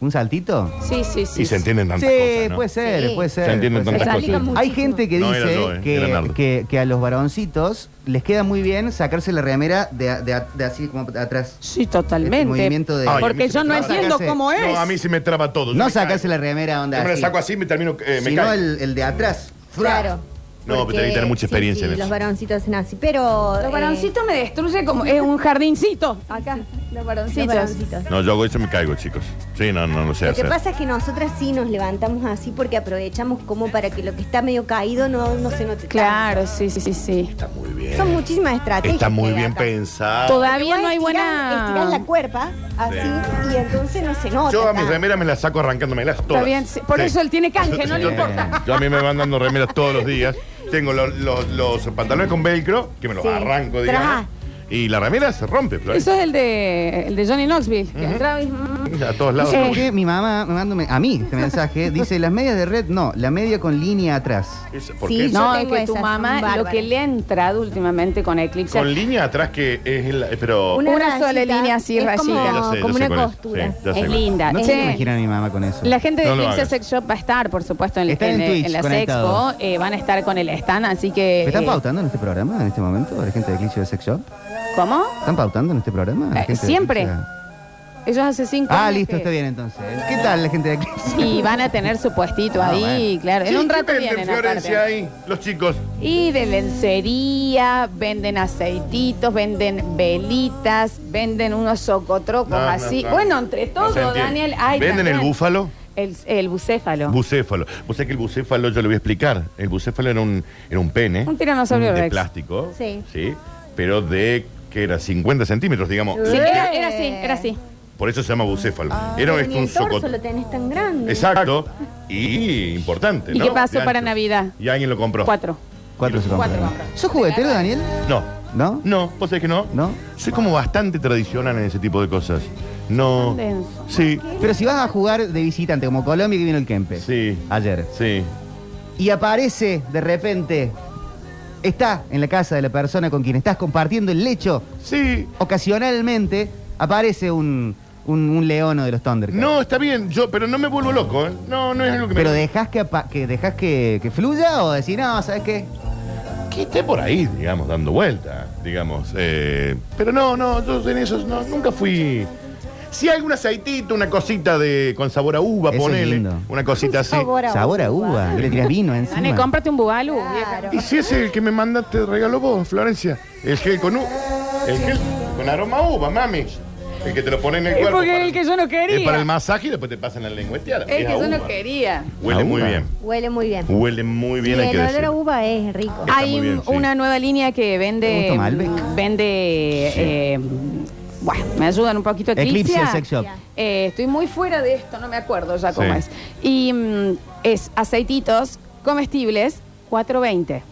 C: ¿Un saltito?
G: Sí, sí, sí.
E: Y se
G: sí.
E: entienden tantas cosas.
C: Sí,
E: ¿no?
C: puede ser,
D: Sí.
C: puede ser.
E: Se entienden
C: puede ser.
E: tantas
G: explica
E: cosas.
G: mucho.
C: Hay gente que
E: No,
C: dice
E: era yo, eh, era
C: que,
E: Nardo.
C: que- que a los varoncitos les queda muy bien sacarse la remera de, a- de a- de así como de atrás.
G: Sí, totalmente.
C: Este movimiento de-
E: Ay, a mí
G: Porque
E: se
G: yo
E: me
G: no
E: traba.
G: entiendo
C: Sacarse-
G: cómo es.
E: No, a mí se me traba todo. yo
C: No
E: me
C: sacarse
E: caigo.
C: la remera, onda.
E: Yo me la
C: así.
E: saco así y me termino. eh, me
C: sino
E: caigo.
C: el, el de atrás.
D: Claro.
E: No, pero
D: porque-
E: tenés que tener mucha
D: sí,
E: experiencia
D: sí,
E: en eso.
D: Los varoncitos hacen así, pero. eh,
G: Los varoncitos me destruyen como. Es un jardincito. Acá.
D: los
G: Los varoncitos.
D: varoncitos.
E: No, yo hago eso y me caigo, chicos. Sí, no, no lo sé
D: Lo que
E: hacer.
D: pasa es que nosotras sí nos levantamos así porque aprovechamos como para que lo que está medio caído no, no se note. tanto.
G: Claro, sí, sí, sí.
E: Está muy bien.
D: Son muchísimas estrategias.
E: Está muy
D: que hay
E: bien
D: acá.
E: pensado.
G: Todavía
D: Igual
G: no hay
D: estirar-
G: buena.
D: estirar la cuerpa, así, y entonces no se nota.
E: Yo a mis
D: tanto.
E: remeras me las saco arrancándomelas todas.
G: Está bien, sí. por
E: Sí.
G: eso él tiene canje, no le
E: Yo-
G: importa.
E: Yo a mí me van dando remeras todos los días. Tengo los, los- los pantalones con velcro, que me los
D: Sí.
E: arranco,
D: Tra.
E: digamos. Y la remera se rompe, Flores.
G: Eso es el de, el mm, de Johnny Knoxville. que entraba y-
E: A todos lados.
G: Sí.
E: ¿no?
G: Eh.
C: Que mi mamá me mandó me- a mí este mensaje. dice, las medias de red, no, la media con línea atrás.
E: Eso, ¿Por
D: Sí,
E: qué?
D: Yo
G: No, es
D: tengo
G: que tu
D: esas, son
G: mamá lo
D: bárbaras.
G: que le ha entrado últimamente con Eclipse.
E: Con línea atrás que es el. eh, Pero.
G: Una sola línea así,
D: es como,
G: rayita. Sí,
E: ya sé, ya
D: como
E: sé
D: una
E: cuál es.
D: costura.
E: Sí, ya sé
G: es
E: cuál.
G: linda.
C: No
G: Che,
C: se imagina a mi mamá con eso.
G: Ah, eh. La gente de
E: No lo
G: Eclipse
E: hagas.
G: Sex Shop va a estar, por supuesto, en, el-
C: Está en
G: en el-
C: Twitch,
G: en las
C: conectado.
G: Expo. eh, van a estar con el stand, así que.
C: ¿Me
G: eh,
C: están pautando en este programa en este momento? ¿La gente de Eclipse de Sex Shop?
G: ¿Cómo?
C: ¿Están pautando en este programa? la
G: Eh,
C: gente de
G: siempre.
C: Eclipse?
G: Ellos hace cinco
C: Ah,
G: años
C: listo,
G: que-
C: está bien entonces. ¿Qué tal la gente de Eclipse?
G: Y van a tener su puestito
C: Ah,
G: ahí,
C: bueno.
G: claro. En
E: Sí,
G: un
E: ¿qué
G: rato
E: venden
G: vienen
E: Florencia
G: aparte.
E: ahí, los chicos.
G: Y de lencería, venden aceititos, venden velitas, venden unos socotrocos
E: No, no,
G: así.
E: no.
G: Bueno, entre
E: No
G: todo,
E: se entiende.
G: Daniel, hay
E: ¿Venden el
G: también
E: búfalo?
G: El, el bucéfalo.
E: Bucéfalo. Vos sabés que el bucéfalo, yo lo voy a explicar. El bucéfalo era un, era un pene. Mm,
G: Un tiranosaurio
E: De
G: rex.
E: plástico.
D: Sí.
E: Pero de, que era? 50 centímetros, digamos.
G: Sí, Ah, era, era así, era así.
E: Por eso se llama bucéfalo. era
D: Pero
E: un,
D: ni
E: un
D: el torso
E: socot-
D: lo tenés tan grande.
E: Exacto. Y importante,
G: ¿Y
E: ¿no?
G: qué pasó
E: De
G: para
E: ancho.
G: Navidad?
E: Y alguien lo compró.
G: Cuatro.
C: Cuatro se
G: Cuatro
C: compraron.
G: compraron.
C: ¿Sos juguetero, Daniel?
E: No.
C: ¿No?
E: No, vos sabés que no.
C: ¿No?
E: Soy como bastante tradicional en ese tipo de cosas. No.
G: Denso.
E: Sí.
C: Pero si vas a jugar de visitante como Colombia que vino el Kempe.
E: Sí.
C: Ayer.
E: Sí.
C: Y aparece de repente. Está en la casa de la persona con quien estás compartiendo el lecho.
E: Sí.
C: Ocasionalmente aparece un, un, un leono de los Thundercats.
E: No, está bien, yo, pero no me vuelvo loco, ¿eh? No, no es algo que
C: ¿Pero
E: me.
C: dejas que, apa- que, dejas que, que fluya o decís, no, ¿sabes qué?
E: Que esté por ahí, digamos, dando vuelta, digamos. eh, pero no, no, yo en esos no, nunca fui. Si hay algún aceitito, una cosita de con sabor a uva,
C: Eso es
E: ponele.
C: lindo.
E: Una cosita así.
D: Sabor a
C: Sabor a
D: uva.
C: uva. Le tiras vino encima.
G: Dani, cómprate un bugalú.
D: Claro.
E: ¿Y si es el que me mandaste de regalo vos, Florencia? El gel con uva. El gel con aroma a uva, mami. El que te lo pone en el
G: Es
E: cuerpo.
G: porque
E: para-
G: es el que yo no quería.
E: Es para el masaje y después te pasan la lengüeteada.
G: Es que
E: a
G: yo no
E: uva.
G: quería.
E: Huele
C: A
E: muy
C: uva.
E: bien.
D: Huele muy bien.
E: Huele muy bien,
D: Y
E: hay que
D: el olor a
E: decirlo.
D: uva es rico.
E: Está
G: Hay
E: muy bien, sí.
G: una nueva línea que
C: Me
G: vende.
C: gusta Malbec.
G: Vende.
E: Sí.
G: eh, bueno, me ayudan un poquito.
C: Eclipse
G: Eclipse.
C: Sex Shop.
G: Eh, estoy muy fuera de esto, no me acuerdo ya cómo
E: Sí.
G: es. Y mm, es aceititos comestibles 420.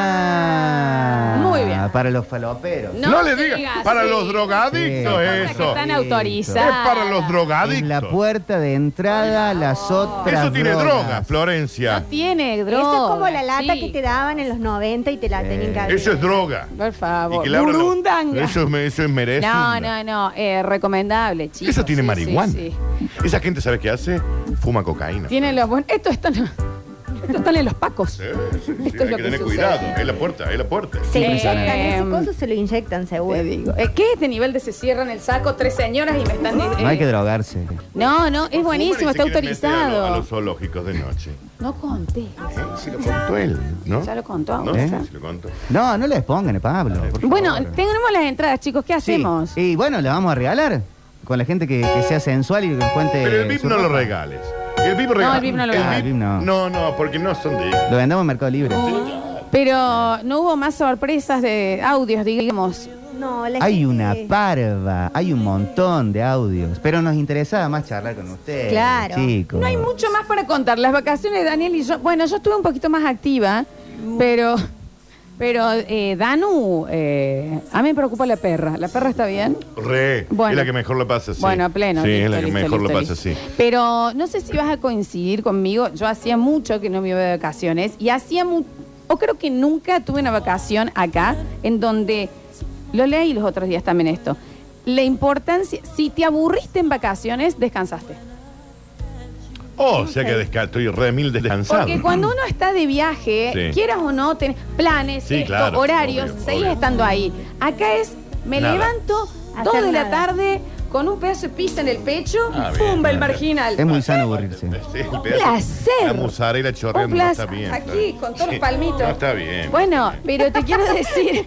C: Ah.
G: Muy bien.
C: Para los faloperos.
E: No, le
G: se
E: digas.
G: diga
E: para
G: así.
E: los drogadictos
C: Sí.
G: Cosas que
E: eso.
G: están
C: Sí.
G: autorizadas.
E: Es para los drogadictos.
C: En la puerta de entrada, las otras.
E: Eso tiene
C: drogas.
E: droga, Florencia.
G: No tiene droga.
D: Eso es como la lata
G: sí.
D: que te daban en los 90 y te la tenían que abrir.
E: Eh, Eso es droga.
G: Por favor.
E: Y que le abran los-
G: Burundanga.
E: Eso es, eso es merece.
G: No, no, no. eh, recomendable, chicos.
E: Eso tiene
G: Sí,
E: marihuana.
G: sí, sí.
E: Esa gente, ¿sabe qué hace? Fuma cocaína.
G: Tienen los buenos. Esto están, esto están en los pacos.
E: Sí, sí, sí,
G: Esto es
E: hay
G: lo
E: que
G: que
E: tener
G: sucede.
E: cuidado. Es la puerta, es la puerta.
D: Se inyectan,
G: Eh,
D: ese coso se lo inyectan seguro.
G: Te digo. Eh, ¿Qué este nivel de se cierran el saco tres señoras y me están diciendo? eh,
C: No hay que drogarse.
G: no, no, es
E: Fuman
G: buenísimo,
E: y
G: está
E: se quieren meter A, lo- a
G: autorizado.
E: los zoológicos de noche.
G: No conté.
E: Sí, lo contó él, ¿no?
G: Ya lo contó
E: ¿No?
G: ahora.
E: Sí, sí lo contó.
C: No, no les pongan, Pablo. por favor.
G: Bueno, tenemos las entradas, chicos,
C: Sí.
G: ¿qué
C: Eh.
G: hacemos?
C: Y bueno, las vamos a regalar. Con la gente que, que sea sensual y que nos cuente.
E: Pero el VIP
C: su
E: no lo
C: ropa.
E: regales. El VIP regala.
G: el VIP no lo
E: El
G: regala.
E: VIP-
C: Ah, el VIP no.
E: No, no, porque no son de.
C: Lo vendamos en Mercado Libre.
G: Pero no hubo más sorpresas de audios, digamos.
D: No, la
C: Hay
D: gente-
C: una parva, hay un montón de audios. Pero nos interesaba más charlar con ustedes.
D: Claro.
C: Chicos.
G: No hay mucho más para contar. Las vacaciones de Daniel y yo. Bueno, yo estuve un poquito más activa, pero. Pero eh, Danu, eh, a mí me preocupa la perra. ¿La perra está bien?
E: Re.
G: Bueno.
E: Es la que mejor lo pasa, sí.
G: Bueno, a pleno.
E: Sí,
G: listo,
E: es la que
G: listo,
E: mejor
G: listo,
E: lo pasa,
G: listo.
E: sí.
G: Pero no sé si vas a coincidir conmigo. Yo hacía mucho que no me iba de vacaciones y hacía mu- o creo que nunca tuve una vacación acá en donde lo leí los otros días también esto. La importancia, si te aburriste en vacaciones, descansaste.
E: Oh, o sea que desca- estoy re mil descansado.
G: Porque cuando uno está de viaje,
E: Sí.
G: quieras o no, tenés planes,
E: Sí,
G: esto,
E: claro,
G: horarios,
E: obvio,
G: seguís
E: obvio.
G: estando ahí. Acá es, me
E: Nada.
G: levanto
D: Hacer
G: 2 de la
D: nada.
G: tarde, con un pedazo de pizza en el pecho,
E: Ah, bien,
G: pumba el
E: bien, bien.
G: marginal.
C: Es muy sano aburrirse.
E: Sí, el pedazo-
G: placer.
E: La mozzarella
G: Un
E: chorreando no
G: placer.
E: está bien.
G: Aquí, con todos los
E: Sí.
G: palmitos.
E: No está bien.
G: Bueno, pero te quiero decir,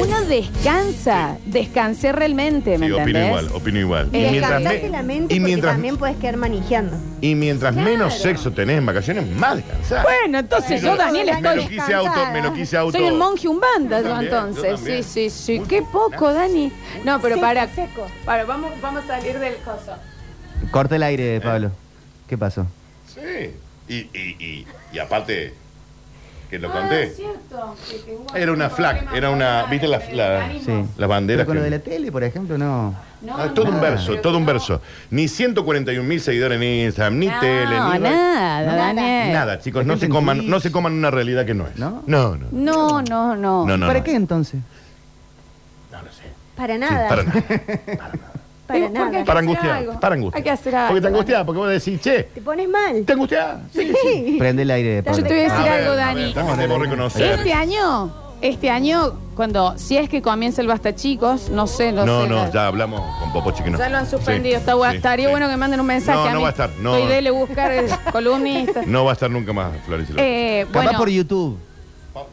G: uno descansa, descansé realmente, ¿me
E: Sí, opino
G: entendés?
E: igual, opino igual.
G: Eh,
D: Descansaste
E: me-
D: la mente
E: y
D: porque
E: mientras-
D: también puedes quedar manejando.
E: y mientras
D: Claro.
E: menos sexo tenés en vacaciones, más descansás.
G: Bueno, entonces
E: Bueno,
G: yo, Daniel,
D: me
E: me
G: estoy
E: lo quise auto, me lo quise auto.
G: Soy un monje, un banda,
E: Yo
G: yo,
E: también, yo
G: entonces.
E: también.
G: sí, sí, sí. Qué poco, Dani. No, pero
F: Seco,
G: para.
F: seco.
G: Para, vamos, vamos a salir del coso.
C: Corta el aire,
E: Eh.
C: Pablo. ¿Qué pasó?
E: Sí. Y, y, y, y aparte, que lo
F: Ah,
E: conté.
F: cierto, que tengo
E: Era una
F: algún
E: flag,
F: problema
E: era una.
F: con
E: ¿Viste la,
F: el
E: la,
F: organismo?
C: Sí.
E: las banderas?
C: Pero con lo
E: que-
C: de la tele, por ejemplo, no.
G: No,
E: Ah, todo un
G: nada.
E: verso, todo un verso. Ni 141 mil seguidores en Instagram, ni tele, ni.
G: No, nada, Daniel.
E: Nada, chicos,
C: La
E: no se,
C: gente en
E: coman,
C: Twitch.
E: no se coman una realidad que no es.
C: ¿No?
E: No, no.
G: No, no, no.
E: No, no,
C: ¿Para
E: no.
C: qué entonces?
E: No, no sé. Sí,
D: Para nada.
E: para
D: para,
E: nada.
G: Eh, porque
D: nada.
G: hay que
E: Para
G: hacer
E: angustiar.
G: algo.
E: Para angustiar.
G: Hay que hacer algo.
E: Porque te angustias, porque vos decís, che,
D: Te pones mal.
E: te angustias. Sí, sí.
C: Prende el aire, Pablo. Ah,
G: Yo te voy a decir
E: ver,
G: algo,
E: a ver,
G: Dani.
E: también debo reconocer.
G: Este año, este año, cuando, si es que comienza el Basta Chicos, no sé, no,
E: No,
G: sé.
E: no,
G: la-
E: ya hablamos con Popochi que no.
G: Ya lo han suspendido,
E: Sí,
G: está guay.
E: sí,
G: Estaría
E: sí.
G: bueno que manden un mensaje
E: No,
G: a mí.
E: no va a estar, no.
G: Estoy dele buscar eh, columnista.
E: No va a estar nunca más, Florencia.
G: Eh,
C: Capaz
G: bueno,
C: por YouTube.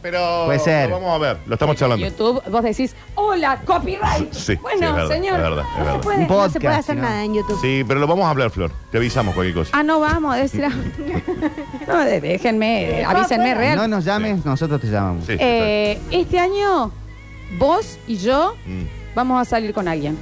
E: Pero
C: Puede ser.
E: lo vamos a ver, lo estamos charlando.
G: YouTube, vos decís, hola, copyright.
E: Sí, sí,
G: bueno,
E: es verdad,
G: señor,
E: es verdad, es
G: no se
E: verdad.
G: puede.
C: Un
D: No se puede
C: podcast,
D: hacer
C: ¿no?
D: nada en YouTube.
E: Sí, pero lo vamos a hablar, Flor. Te avisamos cualquier cosa.
G: Ah, no vamos a decir. a- no, de- déjenme, eh, avísenme real.
C: No nos llames, nosotros te llamamos.
E: Sí,
G: Eh, este año, vos y yo
E: está bien. Mm.
G: vamos a salir con alguien.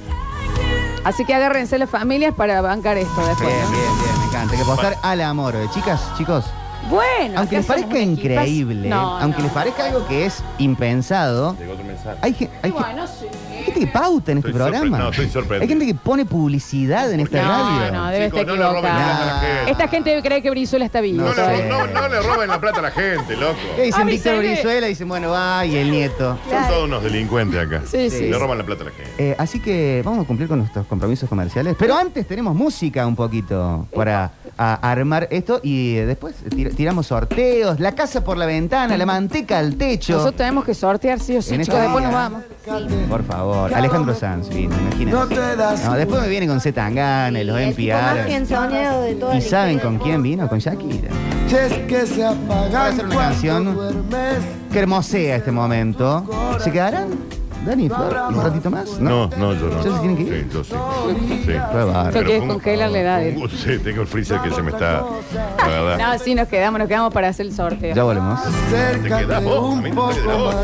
G: Así que agárrense las familias para bancar esto
C: Bien,
G: después.
C: bien,
G: ¿no?
C: bien, me encanta. Hay que apostar al amor. eh. Chicas, chicos,
G: Bueno,
C: aunque les
G: acá somos
C: parezca
G: un equipazo.
C: increíble, eh,
G: No,
C: aunque
G: no.
C: les parezca algo que es impensado,
E: Llegó otro mensaje.
C: hay, ge- hay, ge-
G: Bueno, sí.
C: hay gente que pauta en este
E: Estoy sorpre-
C: programa.
E: no, estoy sorprendido.
C: Hay gente que pone publicidad en esta
G: No,
C: radio.
G: no, debe
E: Chicos,
G: estar
E: no le roben la
G: equivocado.
E: plata a la gente.
G: Esta gente cree que Brizuela está vivo.
E: No,
C: No
E: le,
C: sé.
E: no, no le roben la plata a la gente, loco.
C: ¿Qué dicen Víctor
G: Avísale.
C: Brizuela? Dicen, bueno, va, y el nieto.
E: Son todos unos delincuentes acá.
G: Sí, sí.
E: Le roban la plata a la gente.
C: Eh, así que vamos a cumplir con nuestros compromisos comerciales. Pero antes tenemos música un poquito para a- armar esto y eh, después tir- tiramos sorteos, la casa por la ventana, la manteca al techo.
G: Nosotros tenemos que sortear sí o sí,
C: En
G: chicos.
C: estos
G: Después nos
C: días.
G: vamos.
C: Por favor, Alejandro Sanz, vino, imagínate. No, después me viene con Zetangana, los
D: El tipo más
C: NPR.
D: piensoneado de toda
C: ¿Y
D: la
C: saben
D: historia.
C: con quién vino? Con Shakira. Para hacer una canción que hermosea este momento. ¿Se quedarán? Dani, Flor, un ratito más?
E: No, no, yo no.
C: ¿Yo se tienen que ir?
E: Sí, yo sí. Sí.
C: Qué bárbaro.
G: Yo quiero
E: con-
G: congelar la edad. eh.
E: Uh, sí, tengo el freezer que se me está. La verdad.
G: No, sí, nos quedamos, nos quedamos para hacer el sorteo.
C: Ya volvemos.
E: Te queda vos, a mí te queda vos.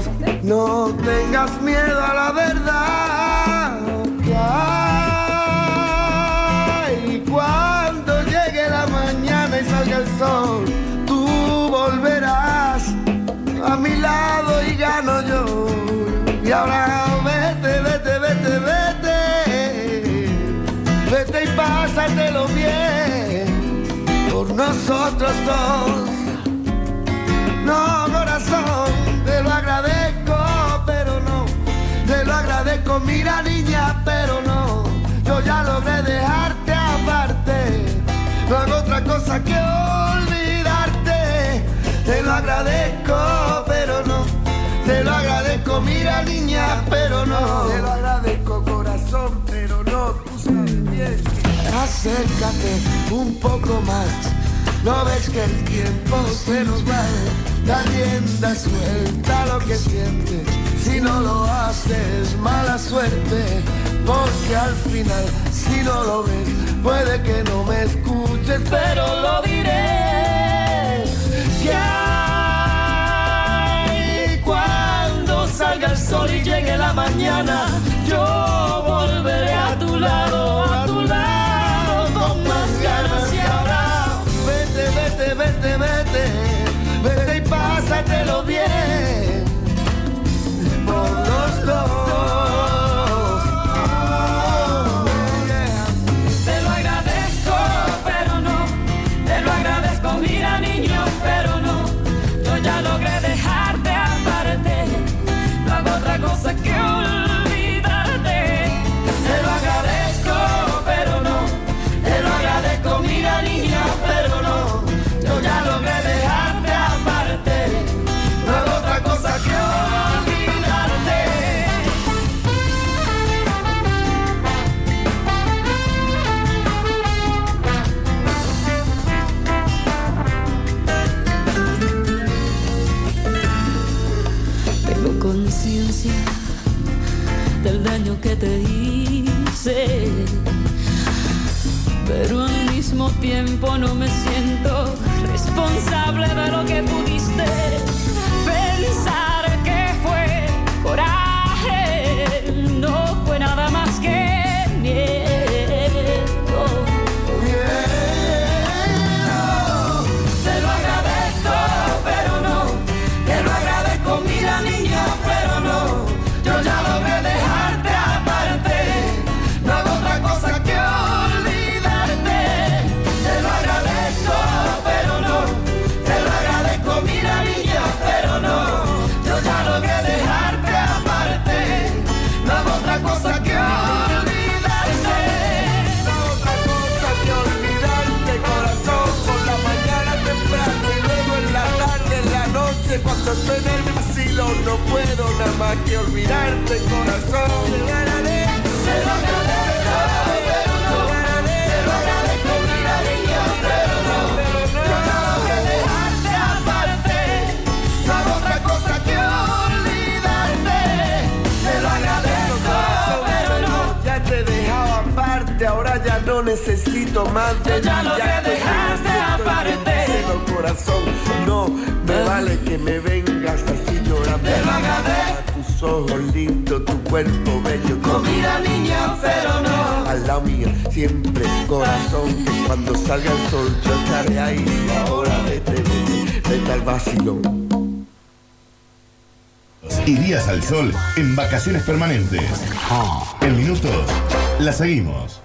L: No tengas miedo a la verdad. que hay. Y cuando llegue la mañana y salga el sol, tú volverás a mi lado y gano yo. Y ahora vete, vete, vete, vete. Vete y pásatelo bien por nosotros dos. No, corazón, te lo agradezco, pero no. Te lo agradezco, mira niña, pero no. Yo ya logré dejarte aparte. No hago otra cosa que olvidarte. Te lo agradezco, pero no. Te lo agradezco, mira niña, pero no. Te lo agradezco, corazón, pero no. Tú sabes bien. Acércate un poco más. No ves que el tiempo se nos va, la rienda suelta lo que sientes. Si no lo haces, mala suerte, porque al final, si no lo ves, puede que no me escuches, pero lo diré. Si hay cuando salga el sol y llegue la mañana, yo volveré a tu lado, a tu lado, con más ganas y ahora. Vete, vete, vete, vete, vete y pásatelo bien. Por los dos. Oh, Te lo agradezco, pero no, te lo agradezco.
G: daño que te hice. Pero al mismo tiempo no me siento responsable de lo que pudiste pensar que fue coraje. No fue nada más que miedo.
L: Te lo agradezco, pero no. Te lo agradezco, mira niña, pero no. Yo ya logré dejarte aparte. No hago otra cosa que olvidarte. Te lo agradezco, pero no. Te lo agradezco, mira niña, pero no. Yo ya logré dejarte aparte. No hago otra cosa que olvidarte. No hago otra cosa que olvidarte, corazón. Por la mañana temprano y luego en la tarde, en la noche, cuando estoy en el vacilo, no puedo nada más que olvidarte, corazón. Te lo agradezco, te lo agradezco, pero no. Te lo agradezco, mira, niña, pero no. Yo tengo que dejarte aparte. No hago otra cosa que olvidarte. Te lo agradezco, pero no. Ya te dejaba aparte, ahora ya no necesito más de
G: Ya
L: ti,
G: logré
L: estoy
G: dejarte
L: listo,
G: aparte.
L: Cielo, corazón, no me vale que me vengas así llorando. Te lo agradezco. Tus ojos lindos, tu cuerpo bello.
G: Comida, niña, pero no.
L: Al lado mío, siempre corazón, que cuando salga el sol yo estaré ahí. Ahora vete, vete, vete al vacilón.
G: Ah.
E: Irías al sol en vacaciones permanentes. En minutos, la seguimos.